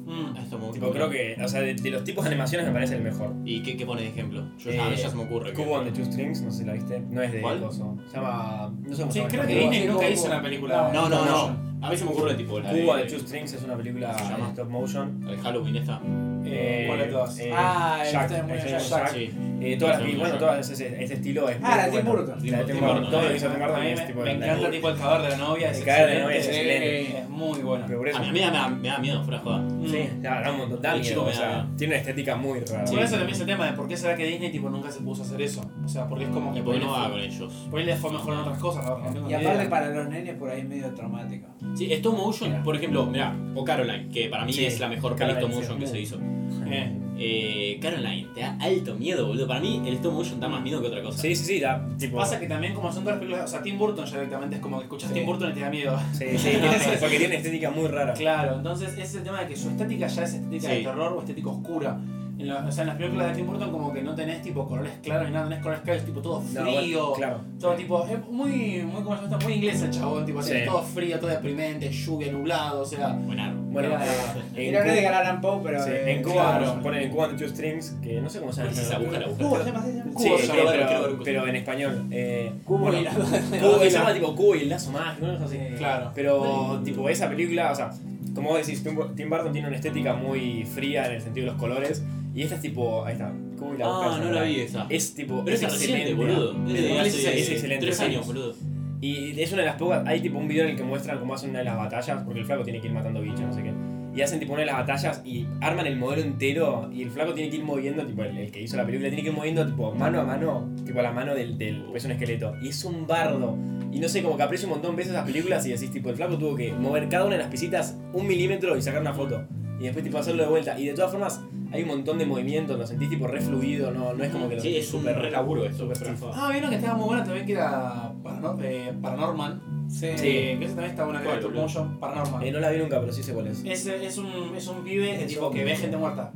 Mm. ah, Esto me gusta. Tipo, creo que, o sea, de, de los tipos de animaciones me parece el mejor. ¿Y qué, qué pones de ejemplo? Yo Eh, a mí ya se me ocurre. que- Cubo on the Two Strings, no sé si la viste. No es de ¿Cuál? coso. Se llama. No sé cómo se Sí, llama. creo pero- que Cubo. Disney nunca Cubo. hizo una película. No, No, no, no. A mí se me ocurre tipo la Cubo on de, the Two Strings es una película ¿Se llama? de stop motion. la de Halloween esta. Eh, ¿Cuál de todas? eh, Ah, el Jack, este de muy el Jack. Jack. Sí. Eh, todas las películas, Sí, Jack. bueno, todas ese, ese estilo es. Ah, la de muy Tim bueno. Burton. La de Tim Tim Burton. Burton, Todo lo que eh, hizo Tim Burton A mí es me, tipo. me la- encanta tipo el cagador de la novia. es El cagador de la excelente. novia es excelente. Es muy bueno. Pero por eso- A mí, a mí me da, me da miedo, fuera de joda. Sí, Mm. da, da un montón. Da El miedo, chico o me da sea, miedo. tiene una estética muy rara. Por eso también es el tema de por qué será que Disney tipo, nunca se puso a hacer eso. O sea, porque es como que Y porque no por va ahí con le ellos. fue- por ahí les fue mejor en otras cosas, la verdad. no tengo Y ni aparte idea. para los nenes por ahí es medio traumático. Sí, Stop Motion, por ejemplo, mirá, o Caroline, que para mí Sí, es la mejor peli Caroline, Stop sí. Motion que se hizo. Eh, Eh, Caroline, te da alto miedo, boludo. Para mí el Stop Motion da más miedo que otra cosa. Sí, sí, sí, da. Tipo, Pasa que también como son todas películas, o sea, Tim Burton ya directamente es como que escuchas Tim Burton y te da miedo. Sí, sí, tiene- porque tiene una estética muy rara. Claro, entonces ese es el tema de que su estética ya es estética de Sí. terror o estética oscura. En la- o sea, en las películas de Tim Burton como que no tenés tipo colores claros ni nada, tenés colores claros, tipo todo No, frío, bueno, claro. todo tipo, es muy, muy como se llama, muy inglés el chabón, tipo así, Sí. todo frío, todo deprimente, lluvia, nublado, o sea, Buenardo. Bueno, Era- en Era hablar de Cuba- Galan Poe, pero. Sí, eh, en Cuba claro. nos ponen en Cuba en Two Strings, que no sé cómo se llama. Si se aguja, la aguja. Cubo, se llama, se llama. Sí, Cubo, eh, ya, pero, bueno, quiero ver un- pero en español. Eh, Cubo bueno, y la- Cubo, se llama tipo Cubo y el lazo mágico, no sé. claro. Pero tipo esa película, o sea, como vos decís, Tim Bur- Tim Burton tiene una estética muy fría en el sentido de los colores. Y esta es tipo, ahí está, Cubo y la Ah, aguja, no ¿verdad? la vi esa. Es tipo, Pero es esa es reciente, excelente, boludo. Es Desde muy- hace es excelente, tres sí. años, boludo. Y es una de las pocas. Hay tipo un video en el que muestran cómo hacen una de las batallas, porque el flaco tiene que ir matando bichos, no sé qué. Y hacen tipo una de las batallas y arman el modelo entero. Y el flaco tiene que ir moviendo, tipo el, el que hizo la película, tiene que ir moviendo tipo mano a mano, tipo la mano del. del es un esqueleto. Y es un bardo. Y no sé, como que aprecio un montón veces esas películas y decís, tipo, el flaco tuvo que mover cada una de las pisitas un milímetro y sacar una foto. Y después, tipo, hacerlo de vuelta. Y de todas formas, hay un montón de movimientos, lo sentís, tipo, re fluido, no, no es como que lo Sí, es un súper- re laburo esto. súper fuera de joda. Ah, vieron que estaba muy buena también que era Parano- eh, Paranorman, Sí. eh, que esa también está buena, que era ¿Cuál, tipo boludo? como yo, Paranorman. Eh, no la vi nunca, pero sí sé cuál es. Es, es, un, es un pibe que, Es tipo, un- que ve gente muerta.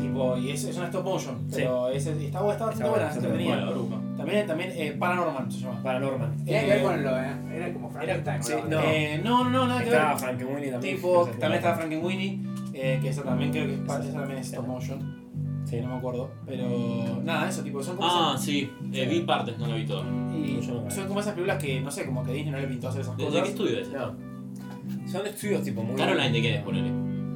Tipo, y es, es una stop motion. Sí. Pero es, es- está, bu- está bastante Está buena, buena, está está entretenida. buena, brujo. También, también eh, Paranorman se llama. Paranorman. Tenía que ver Eh, con lo, eh. Era como Frankenstein. sí, ¿no? no. Eh, no, no, no, nada que Está ver. Frankenweenie también. Tipo, Esa es también la- está Frankenweenie, eh, que esa también creo que es, pa- Esa- esa también es esa. stop motion. Sí, Eh, No me acuerdo. Pero nada, eso, tipo, son como, Ah, sí. eh, vi partes, no la vi toda. esas, y yo no me son como esas películas que, no sé, como que Disney no le pintó hacer esas ¿De, de qué cosas. estudio es? no. Son estudios tipo muy. Caroline, ¿de qué es? Ponele.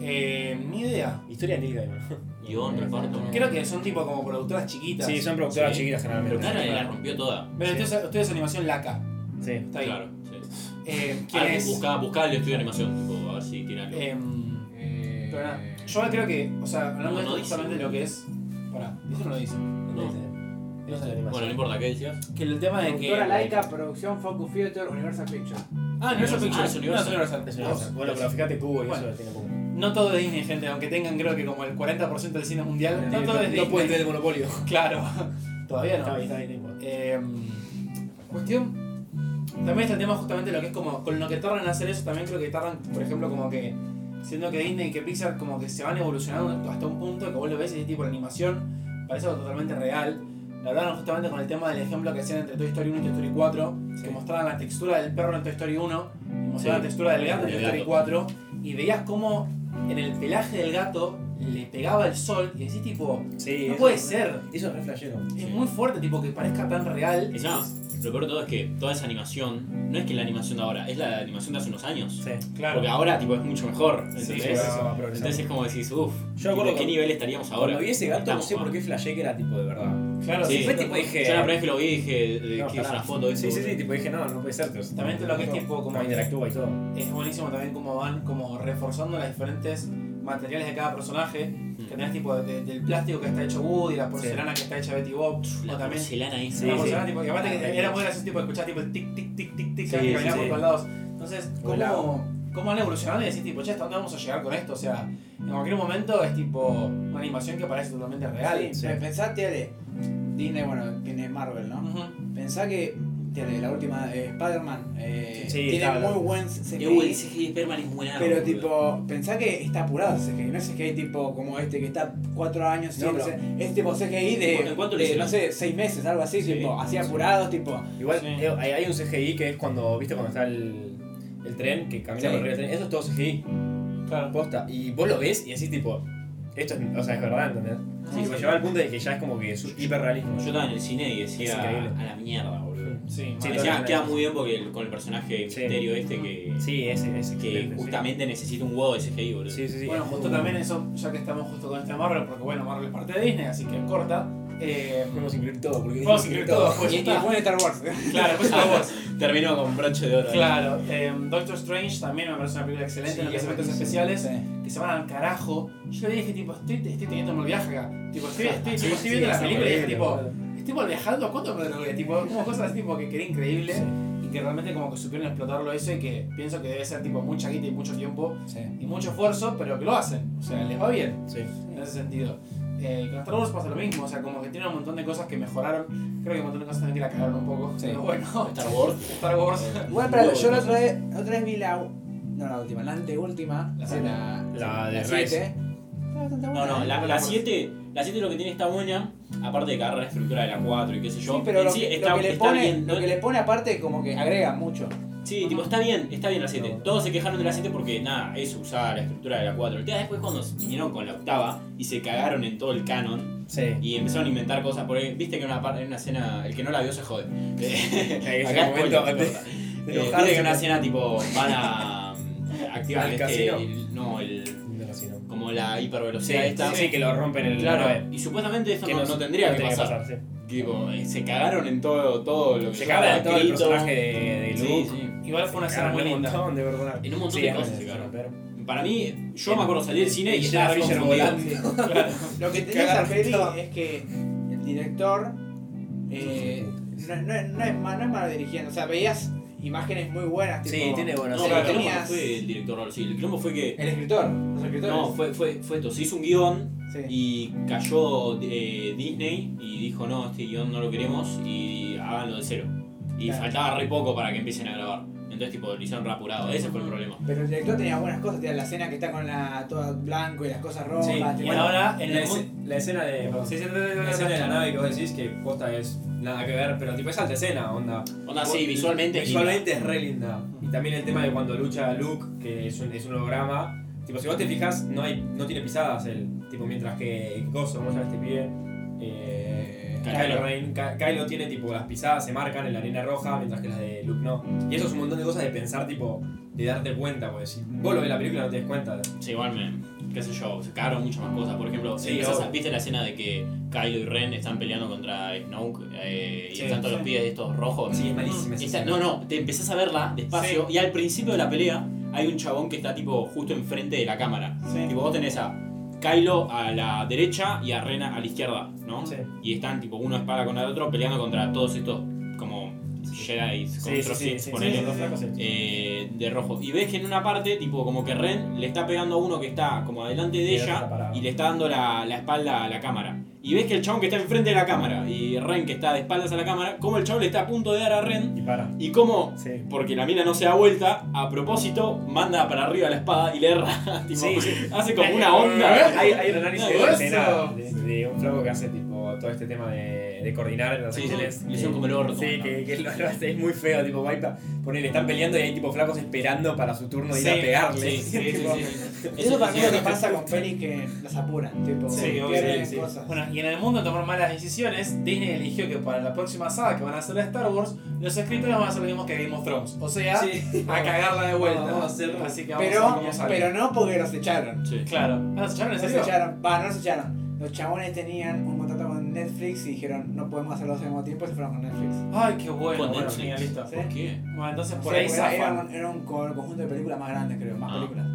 Eh, ni idea. Historia de Neil Gaiman. Guión, reparto. Creo que son tipo como productoras chiquitas. Sí, son productoras Sí. chiquitas generalmente. Pero Caroline la rompió toda. Pero Sí. ustedes, ustedes animación laca. Sí. Está ahí. Claro. Sí. Eh, ¿Quién Ah, es? Buscá, buscá el estudio de animación, tipo, a ver si tiene algo. Em, Eh, pero nada, yo ahora creo que, o sea, hablando No, de no esto dice. justamente de lo que es. Pará, eso no lo dice. No. No sé, animación. Bueno, no importa, ¿qué decías? Que el tema de que. Productora Laika, producción Focus Feature, Universal Pictures. Ah, Universal Ah, Pictures. es Universal. No, es Universal. Es una cosa. Bueno, pero fíjate Cubo y eso Bueno. lo tiene Cubo. No todo es Disney, gente, aunque tengan creo que como el 40% del cine mundial. No todo es Disney. Eh, No pueden tener el monopolio. Claro, todavía no. Está bien, está bien, no importa. Em, cuestión. También está el tema justamente de lo que es como. Con lo que tardan en hacer eso, también creo que tardan, por ejemplo, como que. Siendo que Disney y que Pixar como que se van evolucionando hasta un punto que vos lo ves y es tipo la animación parece algo totalmente real. Lo hablaron justamente con el tema del ejemplo que hacían entre Toy Story 1 y Toy Story 4, que mostraban la textura del perro en Toy Story 1, y mostraban Sí. la textura del gato en Del Toy Story gato. 4, y veías cómo en el pelaje del gato le pegaba el sol y decís tipo, Sí. no eso- puede ser. Eso es re flashero. Es muy fuerte, tipo, que parezca tan real. Encima, lo peor de todo es que toda esa animación, no es que la animación de ahora, es la animación de hace unos años. Sí. Porque ahora, tipo, es mucho mejor. ¿entendés? Sí, es- eso va a progresar. Entonces es como decís, uff, Yo me acuerdo ¿qué que- nivel estaríamos ahora? Cuando vi ese gato, no Estamos, sé por ¿no? qué flashé que era tipo de verdad. Claro, Sí. Fue tipo dije. Yo la primera vez que lo vi dije, eh, No, que es pará. una foto de Sí, esto, sí, sí, boludo. tipo dije, no, no puede ser. pero- También todo lo que es tipo como- Cómo interactúa y todo. es buenísimo también cómo van como reforzando los diferentes materiales de cada personaje. Mm. Que tenés tipo de- del plástico que está hecho Woody, la porcelana que está hecha Betty Bob. La o también porcelana ahí. Sí, la sí. porcelana, tipo, y aparte que era muy gracioso tipo escuchar tipo el tic tic tic tic tic Sí, que sí, bailaba por sí. todos lados. Entonces, Hola. ¿cómo, cómo han evolucionado y decís tipo, che, ¿hasta dónde vamos a llegar con esto? O sea, en cualquier momento es tipo una animación que parece totalmente real. Sí, sí. pe- Pensá, tele, Disney, bueno, tiene Marvel, ¿no? Ujú. Pensá que, tele, la última, eh, Spider-Man, eh, Sí, tiene está muy hablando. buen Qué CGI, bueno, ese CGI de Perman es buena. pero tipo, pensá que está apurado ese CGI, no es CGI tipo como este que está cuatro años, No, sí, pero- sé, es tipo CGI ¿En de, cuánto lo de, hicieron? no sé, seis meses, algo así, Sí, tipo, así sí. apurado, tipo, Igual Sí. eh, hay, hay un CGI que es cuando, viste, cuando está el, el tren, que camina Sí. por arriba del tren. Eso es todo CGI, Claro. posta. Y vos lo ves y así tipo, esto es, o sea, es verdad, ¿entendés? Sí, y lo sí. lleva al punto de que ya es como que es hiperrealismo. Yo estaba en el cine y Es decía increíble. a la mierda, boludo. Ah, Sí, Sí, mal. todo- Decía, queda muy bien porque el- con el personaje de Sí. misterio este que, Sí, ese, ese. que justamente necesita un huevo de CGI, boludo. Sí, sí, sí. Bueno, Es justo muy también eso, ya que estamos justo con este Marvel, porque bueno, Marvel es parte de Disney, así que corta. Eh, Podemos incluir todo, porque vamos a incluir todo, pues y, ya y está. bueno Star Wars. Claro, pues Star Wars. Terminó con broche de oro. ahí. Claro, eh, Doctor Strange también me parece una película excelente, en los efectos especiales Sí. que se van al carajo. Yo le dije, tipo, estoy, estoy teniendo mal viaje acá. Tipo, estoy, estoy, Sí, tipo, estoy sí, viendo la está película y dije, tipo, horrible, estoy mal viajando, ¿cuánto me drogué? Tipo, como cosas así, tipo, que, que era increíble y que realmente como que supieron explotarlo eso y que pienso que debe ser, tipo, mucha guita y mucho tiempo Sí. y mucho esfuerzo, pero que lo hacen. O sea, les va bien Sí. en ese sentido. Eh, con Star Wars pasa lo mismo, o sea, como que tiene un montón de cosas que mejoraron. Creo que un montón de cosas también que la cagaron un poco. Sí. Pero bueno, Star Wars. Star Wars. Bueno, pero yo la otra vez, la otra vez vi la. u- No, la última, la anteúltima. La sí, La, La Ah, de Rise. 7. No, no, la- la 7 la siete lo que tiene está buena, aparte de cargar la estructura de la 4 y qué sé yo. Sí, pero en lo, sí que, está, lo que le está pone, bien. lo ¿no? que le pone aparte como que agrega mucho. Sí, tipo, está bien, está bien la 7. Todos se quejaron de la 7 porque, nada, eso usaba la estructura de la 4. El tema después cuando se vinieron con la octava y se cagaron en todo el canon Sí. y empezaron a inventar cosas. Por ahí, viste que en una, parte- en una escena, el que no la vio se jode. Eh, ese acá momento spoiler, de- no importa. Eh, de Viste enojarse que en una con- escena, tipo, van a mm, activar ¿Al este, casino? el- no, el, No, así no. como la Sí, hipervelocidad esta. sí, que lo rompen el Claro, nave. y supuestamente esto Que no, no tendría que pasar. sí. Tipo, eh, se cagaron en todo, todo lo que Se estaba caga de todo el escrito. personaje de, de Sí, Luke. sí. Igual fue una escena muy linda. montón, de verdad. En un montón Sí, de cosas se sí, cagaron. pero- Para mí, yo me acuerdo salí del cine y Y estaba Jenna Fisher reconfundido. volando. Lo que tenía Cagar esa peli todo. es que el director eh, no, no, no es malo, no es malo dirigiendo. O sea, veías imágenes muy buenas. Tipo, Sí, Eh, tiene buenas No, Sí, pero el quilombo no tenías- fue el director Raúl, sí, el quilombo fue que... El escritor, los escritores. No, fue, fue, fue esto, se hizo un guión Sí. y cayó eh, Disney y dijo, no, este guión no lo queremos y háganlo de cero. Y Claro. faltaba re poco para que empiecen a grabar. Entonces, tipo, lo hicieron rapurado, ese fue el problema. Pero el director tenía buenas cosas, tenía la escena que está con la toda blanco y las cosas rojas. Sí, tipo, Y ahora, en la, el esce- la escena de. sí, sí, sí, sí, la escena de la nave que vos decís que posta es nada que ver, pero tipo es alta escena, onda. Onda, Ah, sí, visualmente es linda. Visualmente es re linda. Y también el tema de cuando lucha Luke, que es un, es un holograma. Tipo, si vos te fijas, no hay no tiene pisadas él. Tipo, mientras que Gozo, ¿cómo se llama este pibe? Eh, Kylo. Kylo Ren. Ky- Kylo tiene tipo las pisadas se marcan en la arena roja, mientras que las de Luke no. Y eso es un montón de cosas de pensar, tipo, de darte cuenta, porque si vos lo ves en la película no te des cuenta. Sí, igual me. qué sé yo, se cagaron muchas más cosas. Por ejemplo, Sí, empezás a- obvio. ¿viste la escena de que Kylo y Ren están peleando contra Snoke eh, y Sí, están todos sí. los pibes estos rojos? Sí, es malísima esa Esa- escena. no, no, te empezás a verla despacio y al principio de la pelea hay un chabón que está tipo justo enfrente de la cámara. Sí. Tipo, vos tenés a Kylo a la derecha y a Ren a la izquierda, ¿no? Sí. Y están tipo uno espada contra el otro peleando contra todos estos como Jedi, con Sí, sí, otros sí, Sith, sí, ponele. sí, los flacos sí. eh, de rojo. Y ves que en una parte, tipo, como que Ren le está pegando a uno que está como adelante de Y el otro está ella parado. y le está dando la, la espalda a la cámara. Y ves que el chabón que está enfrente de la cámara y Ren que está de espaldas a la cámara, como el chabón le está a punto de dar a Ren Y para. y como, Sí. porque la mina no se da vuelta, a propósito, manda para arriba la espada y le erra. tipo, Sí, sí. Hace como una onda. Hay, hay un análisis de, la Eso. escena de, de un flaco que hace tipo todo este tema de, de coordinar en Los Sí, sí, Ángeles. le hicieron Eh, como el orto, Sí, ¿no? que, que lo, lo hace, es muy feo, tipo, va y pa- ponele, están peleando y hay tipo flacos esperando para su turno ir Sí, a pegarle. Sí, sí, sí, Tipo, sí, sí. Eso para mí es lo que pasa con pelis que las apuran, tipo, Sí, pierden obvio, sí, sí. cosas. Bueno, y en el mundo de tomar malas decisiones, Disney eligió que para la próxima saga que van a hacer de Star Wars, los escritores van a hacer lo mismo que Game of Thrones. O sea, a cagarla de vuelta. Vamos a hacer- Así que vamos a ver pero, cómo sale. pero no porque los echaron. Sí. Claro. ¿No se echaron en Los serio? echaron, va, no los echaron. Los chabones tenían un contrato con Netflix y dijeron no podemos hacerlo al mismo tiempo y se fueron con Netflix. Ay, qué bueno. Con Bueno, Netflix. genial, listo. Sí. ¿Por qué? Bueno, entonces No por sé, ahí porque zafan. era, un, era un co- conjunto de películas más grandes, creo, más Ah. películas.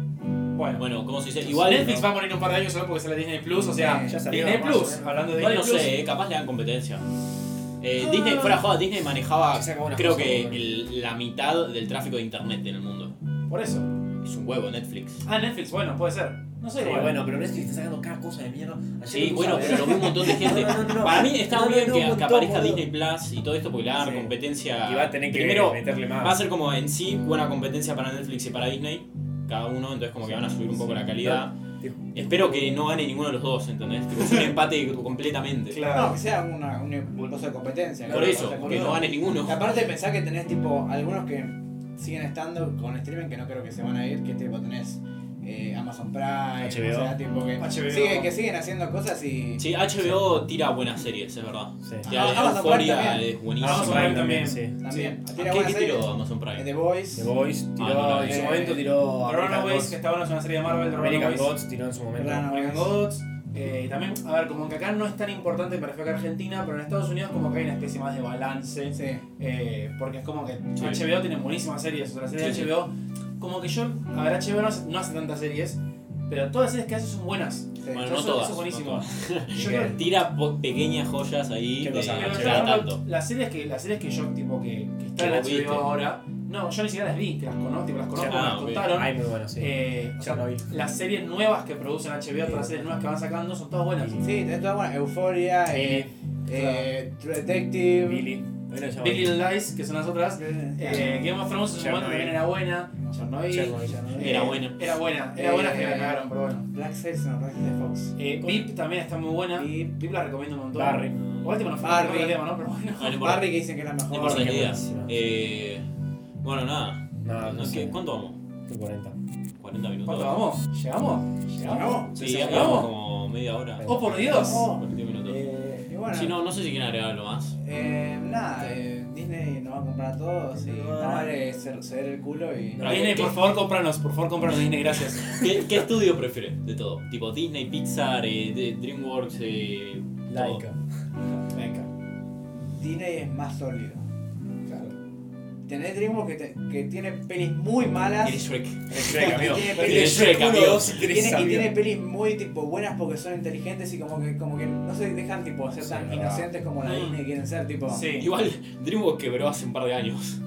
Bueno, Bueno, ¿cómo se dice? igual Igual Netflix va a poner un par de años solo porque sale Disney Plus, o sea, Sí, ya salió, Disney más o Plus. menos. Hablando de Igual no Disney Plus. sé, eh, capaz le dan competencia. Eh, Disney, fuera joda, Disney manejaba, Ya se acabó una creo cosa, que boludo. el- la mitad del tráfico de internet en el mundo. Por eso. Es un huevo Netflix. Ah, Netflix, bueno, puede ser. No Sí, sé, bueno, igual. pero no es que esté sacando cada cosa de mierda. Ayer Sí, lo bueno, puse a pero ver. lo vi un montón de gente. No, no, no, no. Para mí está No, no, bien no, que, un que montón, aparezca boludo. Disney Plus y todo esto, porque le va a dar Sí. competencia. Y va a tener que Primero, meterle más. va a ser como en sí buena competencia para Netflix y para Disney, cada uno, entonces como que van a subir un poco la calidad. Dijo. Espero que no gane ninguno de los dos, ¿entendés? Tipo, es un empate completamente. No, Claro. que sea una, un cosa de competencia. Por ¿no? eso, O sea, que boludo. no gane ninguno. Y aparte pensar que tenés tipo algunos que siguen estando con streaming que no creo que se van a ir, que tipo tenés eh, Amazon Prime, HBO. o sea, tipo que, HBO. sigue- que siguen haciendo cosas y... Sí, HBO tira buenas series, es verdad. Sí. Tira Ah, Amazon Prime Euforia también. es buenísima. Amazon Prime también, sí. También. ¿A Tira ¿Qué, buenas qué series. tiró Amazon Eh, Prime? The Voice. The Boys tiró, Ah, no, no, en su eh, momento tiró The American Runaways, Gods, que está bueno, es una serie de Marvel. The American Runaways. Gods tiró en su momento. Runaways. American Gods. Eh, y también, a ver, como que acá no es tan importante para acá Argentina, pero en Estados Unidos como que hay una especie más de balance. Sí. Eh, porque es como que Sí. HBO tiene buenísimas series. O sea, las series Sí, sí. de HBO, como que yo, a ver, HBO no hace, no hace tantas series, pero todas las series que hace son buenas. sí. Bueno, O sea, no eso- todas, Eso es buenísimo. no Yo Bien. creo- Tira po- pequeñas joyas ahí. Qué de- cosa, pero, HBO. o cada sea, tanto. Las series que, las series que yo, tipo, que, que están Que en vos HBO viste. ahora, no, yo ni siquiera las vi, que las conozco, tipo, las conozco, Ah, me las ok. contaron. Ay, muy bueno, sí. Eh, o sea, Chernobyl. las series nuevas que producen HBO, todas las series nuevas que van sacando, son todas buenas. Sí, tenés toda buena. Euphoria, eh, Billy, eh, True Detective. Billy. Bueno, se llama Big Little Lies, que son las otras. Eh, Game of Thrones en su Chernobyl. momento también era buena. Chernobyl. Chernobyl. Eh, Era buena. Era buena, era buena que la cagaron, pero bueno. Black Sails no, Black Sails de Fox. Eh, VIP también está muy buena. Y VIP la recomiendo un montón. Barry. Igual tipo no fue Barry. el tema, ¿no? Pero bueno. No, no importa. Barry que dicen que es la No mejor. importa, qué ni idea. buenísima. Eh, bueno, nada. Ah, No, No no sé, sé. ¿Cuánto vamos? 40. 40 minutos. ¿Cuánto vamos? ¿Llegamos? ¿No? Sí, Sí, ya ¿llegamos? llevamos como media hora. ¡Oh, por Dios! No. 40 minutos. Eh, y bueno. Sí, no, no sé si quieren agregar algo más. Eh, nada, eh, Disney nos va a comprar a todos y eh, vamos a darle cer- ceder el culo y. No. Disney, ¿qué? por favor, cómpranos. Por favor, cómpranos Disney, gracias. ¿Qué, qué estudio prefieres de todo? Tipo Disney, Pixar, eh, de- DreamWorks, eh, todo. Laika. Venga. Disney es más sólido. Tenés DreamWorks que, te- que tiene pelis muy malas. Tiene Shrek. Shrek, amigo. Tiene Tiene Shrek, Uno, amigo. dos y Y tres, tiene, y amigo. tiene pelis muy tipo buenas porque son inteligentes y como que, como que no se dejan tipo ser Sí, tan verdad. inocentes como la Mm. Disney quieren ser, tipo. Sí. Igual DreamWorks quebró hace un par de años.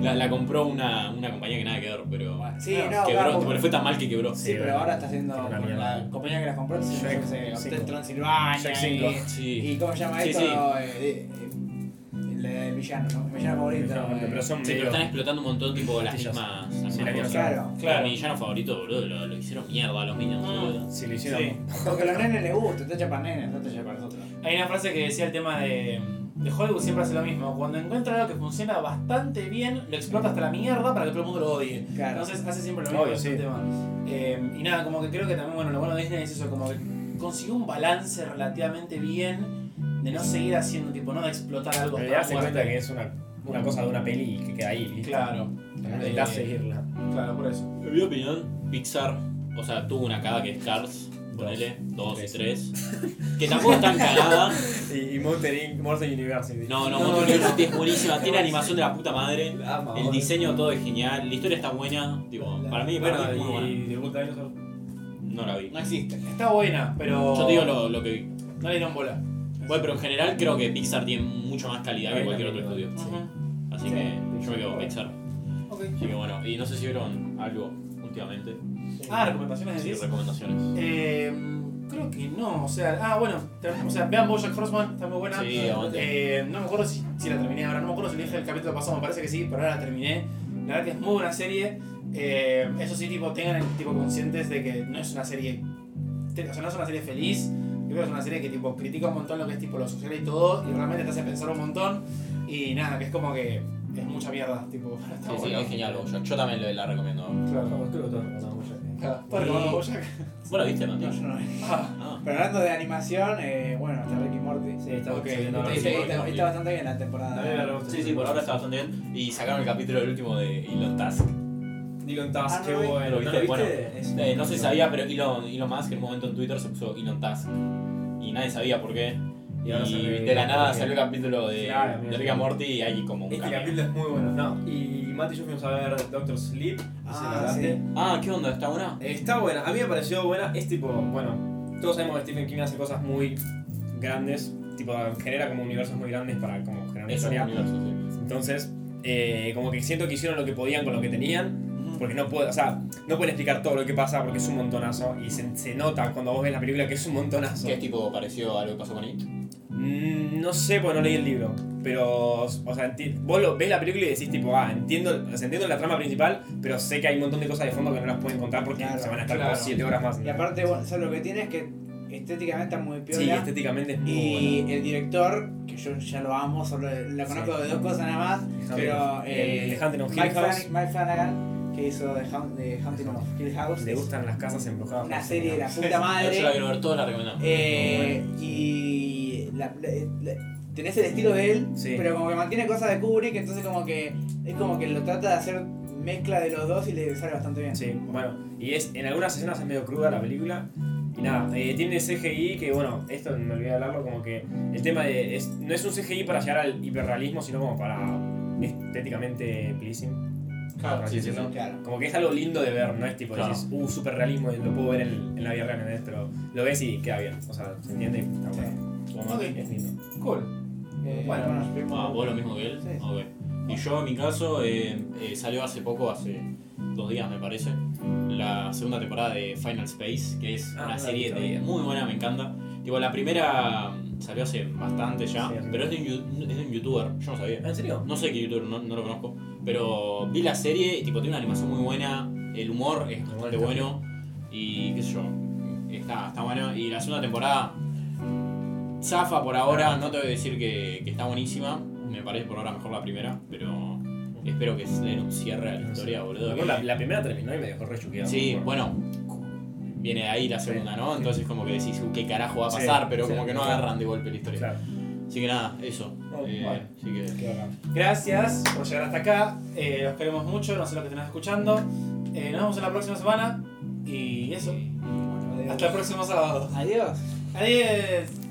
La, la compró una, una compañía que nada que ver, pero ah, Sí, Claro, no, quebró, claro, tipo, le fue tan mal que quebró. Sí, Sí, pero bueno. ahora está haciendo Una con la mierda. compañía que las compró, sí, Shrek yo qué sé, Hotel cinco. Transilvania Shrek y- cinco. Sí. ¿Y cómo se llama Sí, esto? sí. Eh, eh, el, el villano, ¿no? El villano favorito. eh. Pero son Sí, pero medio- están explotando un montón, tipo, las Pastillas. mismas, las Sí, mismas la misma cosas. Claro. Claro, mi villano favorito, boludo, lo, lo hicieron mierda a los Minions, Mm. boludo. Si lo hicieron. Sí. Porque a los nenes les gusta, te echa para nenes, no te echa para nosotros. Hay una frase que decía el tema de, de Hollywood siempre hace lo mismo. Cuando encuentra algo que funciona bastante bien, lo explota hasta la mierda para que todo el mundo lo odie. Claro. Entonces hace siempre lo mismo. Obvio, es un sí. tema. Eh, y nada, como que creo que también, bueno, lo bueno de Disney es eso, como que consiguió un balance relativamente bien de no seguir haciendo, tipo, no de explotar algo. Pero hasta ya se la cuenta muerte. que es una, una cosa de una peli y que queda ahí. ¿viste? Claro, Necesitas Eh, seguirla. claro, por eso. En mi opinión, Pixar, o sea, tuvo una cagada que es Cars, ponele, dos y Tres. tres. Que tampoco es tan cagada. Y, y Monster, Inc- Monster University. No, no, No, Monster no. University es buenísima, tiene animación de la puta madre. Ama, El diseño todo es genial, la historia está buena, tipo, para mí, para mí es muy buena. y de vuelta a eso, No la vi. no existe. Está buena, pero. Yo te digo lo, lo que vi. No le dieron bola. Bueno, pero en general creo que Pixar tiene mucho más calidad que cualquier otro estudio. Ujú. Así Sí. que yo me quedo con Pixar. Así que bueno, y no sé si vieron algo últimamente. Ah, recomendaciones de Sí, recomendaciones. Eh, creo que no, o sea, ah, bueno, ter- o sea, vean Bojack Horseman, está muy buena. Sí, aguante. Eh, no me acuerdo si, si la terminé ahora, no me acuerdo si le dije el capítulo pasado, me parece que sí, pero ahora la terminé. La verdad que es muy buena serie. Eh, eso sí, tipo, tengan tipo conscientes de que no es una serie. te- O sea, no es una serie feliz. Yo creo que es una serie que tipo critica un montón lo que es tipo lo social y todo. Y realmente te hace pensar un montón. Y nada, que es como que es mucha mierda, tipo, pero está Sí, sí, bueno. es genial Bojack. Yo también le- la recomiendo. Claro. Vamos, creo que todos nos vamos ya. Ah, está recomendado Y- Bojack. ¿Vos la viste, Mati? No, yo no. Ah, Ah. Pero hablando de animación, eh, bueno, está Ricky Morty. Sí, está Ok, subiendo Está, ahora. está- Rick y está- Morty. está bastante bien la temporada. Dale, dale, Sí, sí, por ahora está bastante bien. Y sacaron el capítulo del último de Elon Tusk. Dylan Task, Ah, qué no lo vi. bueno. ¿Lo ¿No viste? Bueno, Es- Eh, no se sabía, pero Elon, Elon Musk en un momento en Twitter se puso Elon Tusk. Y nadie sabía por qué. Y, Y ahora se ve- de la nada salió el capítulo de, Claro, de mira. Rick and Morty y hay como un Este cameo. capítulo es muy bueno. No, y Mati y yo fuimos a ver Doctor Sleep. Ah, hace sí. Ah, ¿qué onda? ¿Está buena? Está buena, a mí me pareció buena. Es tipo, bueno, todos sabemos que Stephen King hace cosas muy grandes, tipo, genera como universos muy grandes para como generar una Es un historia. universo, sí. Entonces, eh, como que siento que hicieron lo que podían con lo que tenían, ujú. porque no puedo, o sea, no pueden explicar todo lo que pasa porque es un montonazo y se, se nota cuando vos ves la película que es un montonazo. ¿Qué es tipo parecido a lo que pasó con It? Mm, No sé, porque no leí el libro. Pero, o sea, enti- vos lo, ves la película y decís, tipo, ah, entiendo, o sea, entiendo la trama principal, pero sé que hay un montón de cosas de fondo que no las pueden contar porque Claro, se van a estar claro. como 7 horas más. Y aparte, bueno, o sea, lo que tiene es que estéticamente está muy sí, piola. estéticamente es muy y el director, que yo ya lo amo, solo la conozco de dos cosas nada más, bueno. pero eh, El de Hunting of Hill Mike, House, Flan- Mike Flanagan, que hizo de, Hun- de Hunting of Hill House, le gustan las casas embrujadas. una serie de la puta Yo la madre. quiero ver, todos la recomendamos. eh, y la- la- la- tenés el estilo de él, Sí. pero como que mantiene cosas de Kubrick, entonces como que es como que lo trata de hacer mezcla de los dos y le sale bastante bien. Sí, bueno, y es en algunas escenas es medio cruda la película. Y nada, eh, tiene CGI que, bueno, esto me olvidé de hablarlo, como que el tema de. es- no es un CGI para llegar al hiperrealismo, sino como para estéticamente pleasing. Claro, por así sí, sí, decirlo. sí. Claro. Como que es algo lindo de ver, no es tipo, Claro. dices, uh, superrealismo, lo puedo ver en, en la vida real, ¿entendés? Pero lo ves y queda bien, o sea, se entiende y está Sí. bueno. Como- Ok. Es lindo. Cool. Eh, Bueno, bueno, nos vemos. Ah, vos lo mismo que él. Sí. Ok. Y yo en mi caso eh, eh, salió hace poco, hace dos días me parece, la segunda temporada de Final Space, que es Ah, no la una serie vi de- todavía. muy buena, me encanta. Tipo, la primera mm, salió hace bastante ya, Sí, hace pero es de, un, yu- es de un youtuber, yo no sabía. ¿En serio? No sé qué youtuber, no, no lo conozco. Pero vi la serie y tipo tiene una animación muy buena. El humor es bastante bueno. Y qué sé yo. Está, está bueno. Y la segunda temporada. Zafa por ahora. No te voy a decir que, que está buenísima. Me parece por ahora mejor la primera. Pero espero que se den un cierre a la historia, boludo. Bueno, la, la primera terminó y me dejó re chuqueado. Sí, Bueno. bueno. Viene de ahí la segunda, ¿no? Entonces como que decís, "Uh, ¿qué carajo va a Sí, pasar? Pero sí. como que no agarran de golpe la historia. Claro. Así que nada, eso. Oh, Eh, bueno. así que... Gracias por llegar hasta acá. Eh, los queremos mucho, no sé lo que están escuchando. Eh, nos vemos en la próxima semana. Y eso. Adiós. Hasta el próximo sábado. Adiós. Adiós.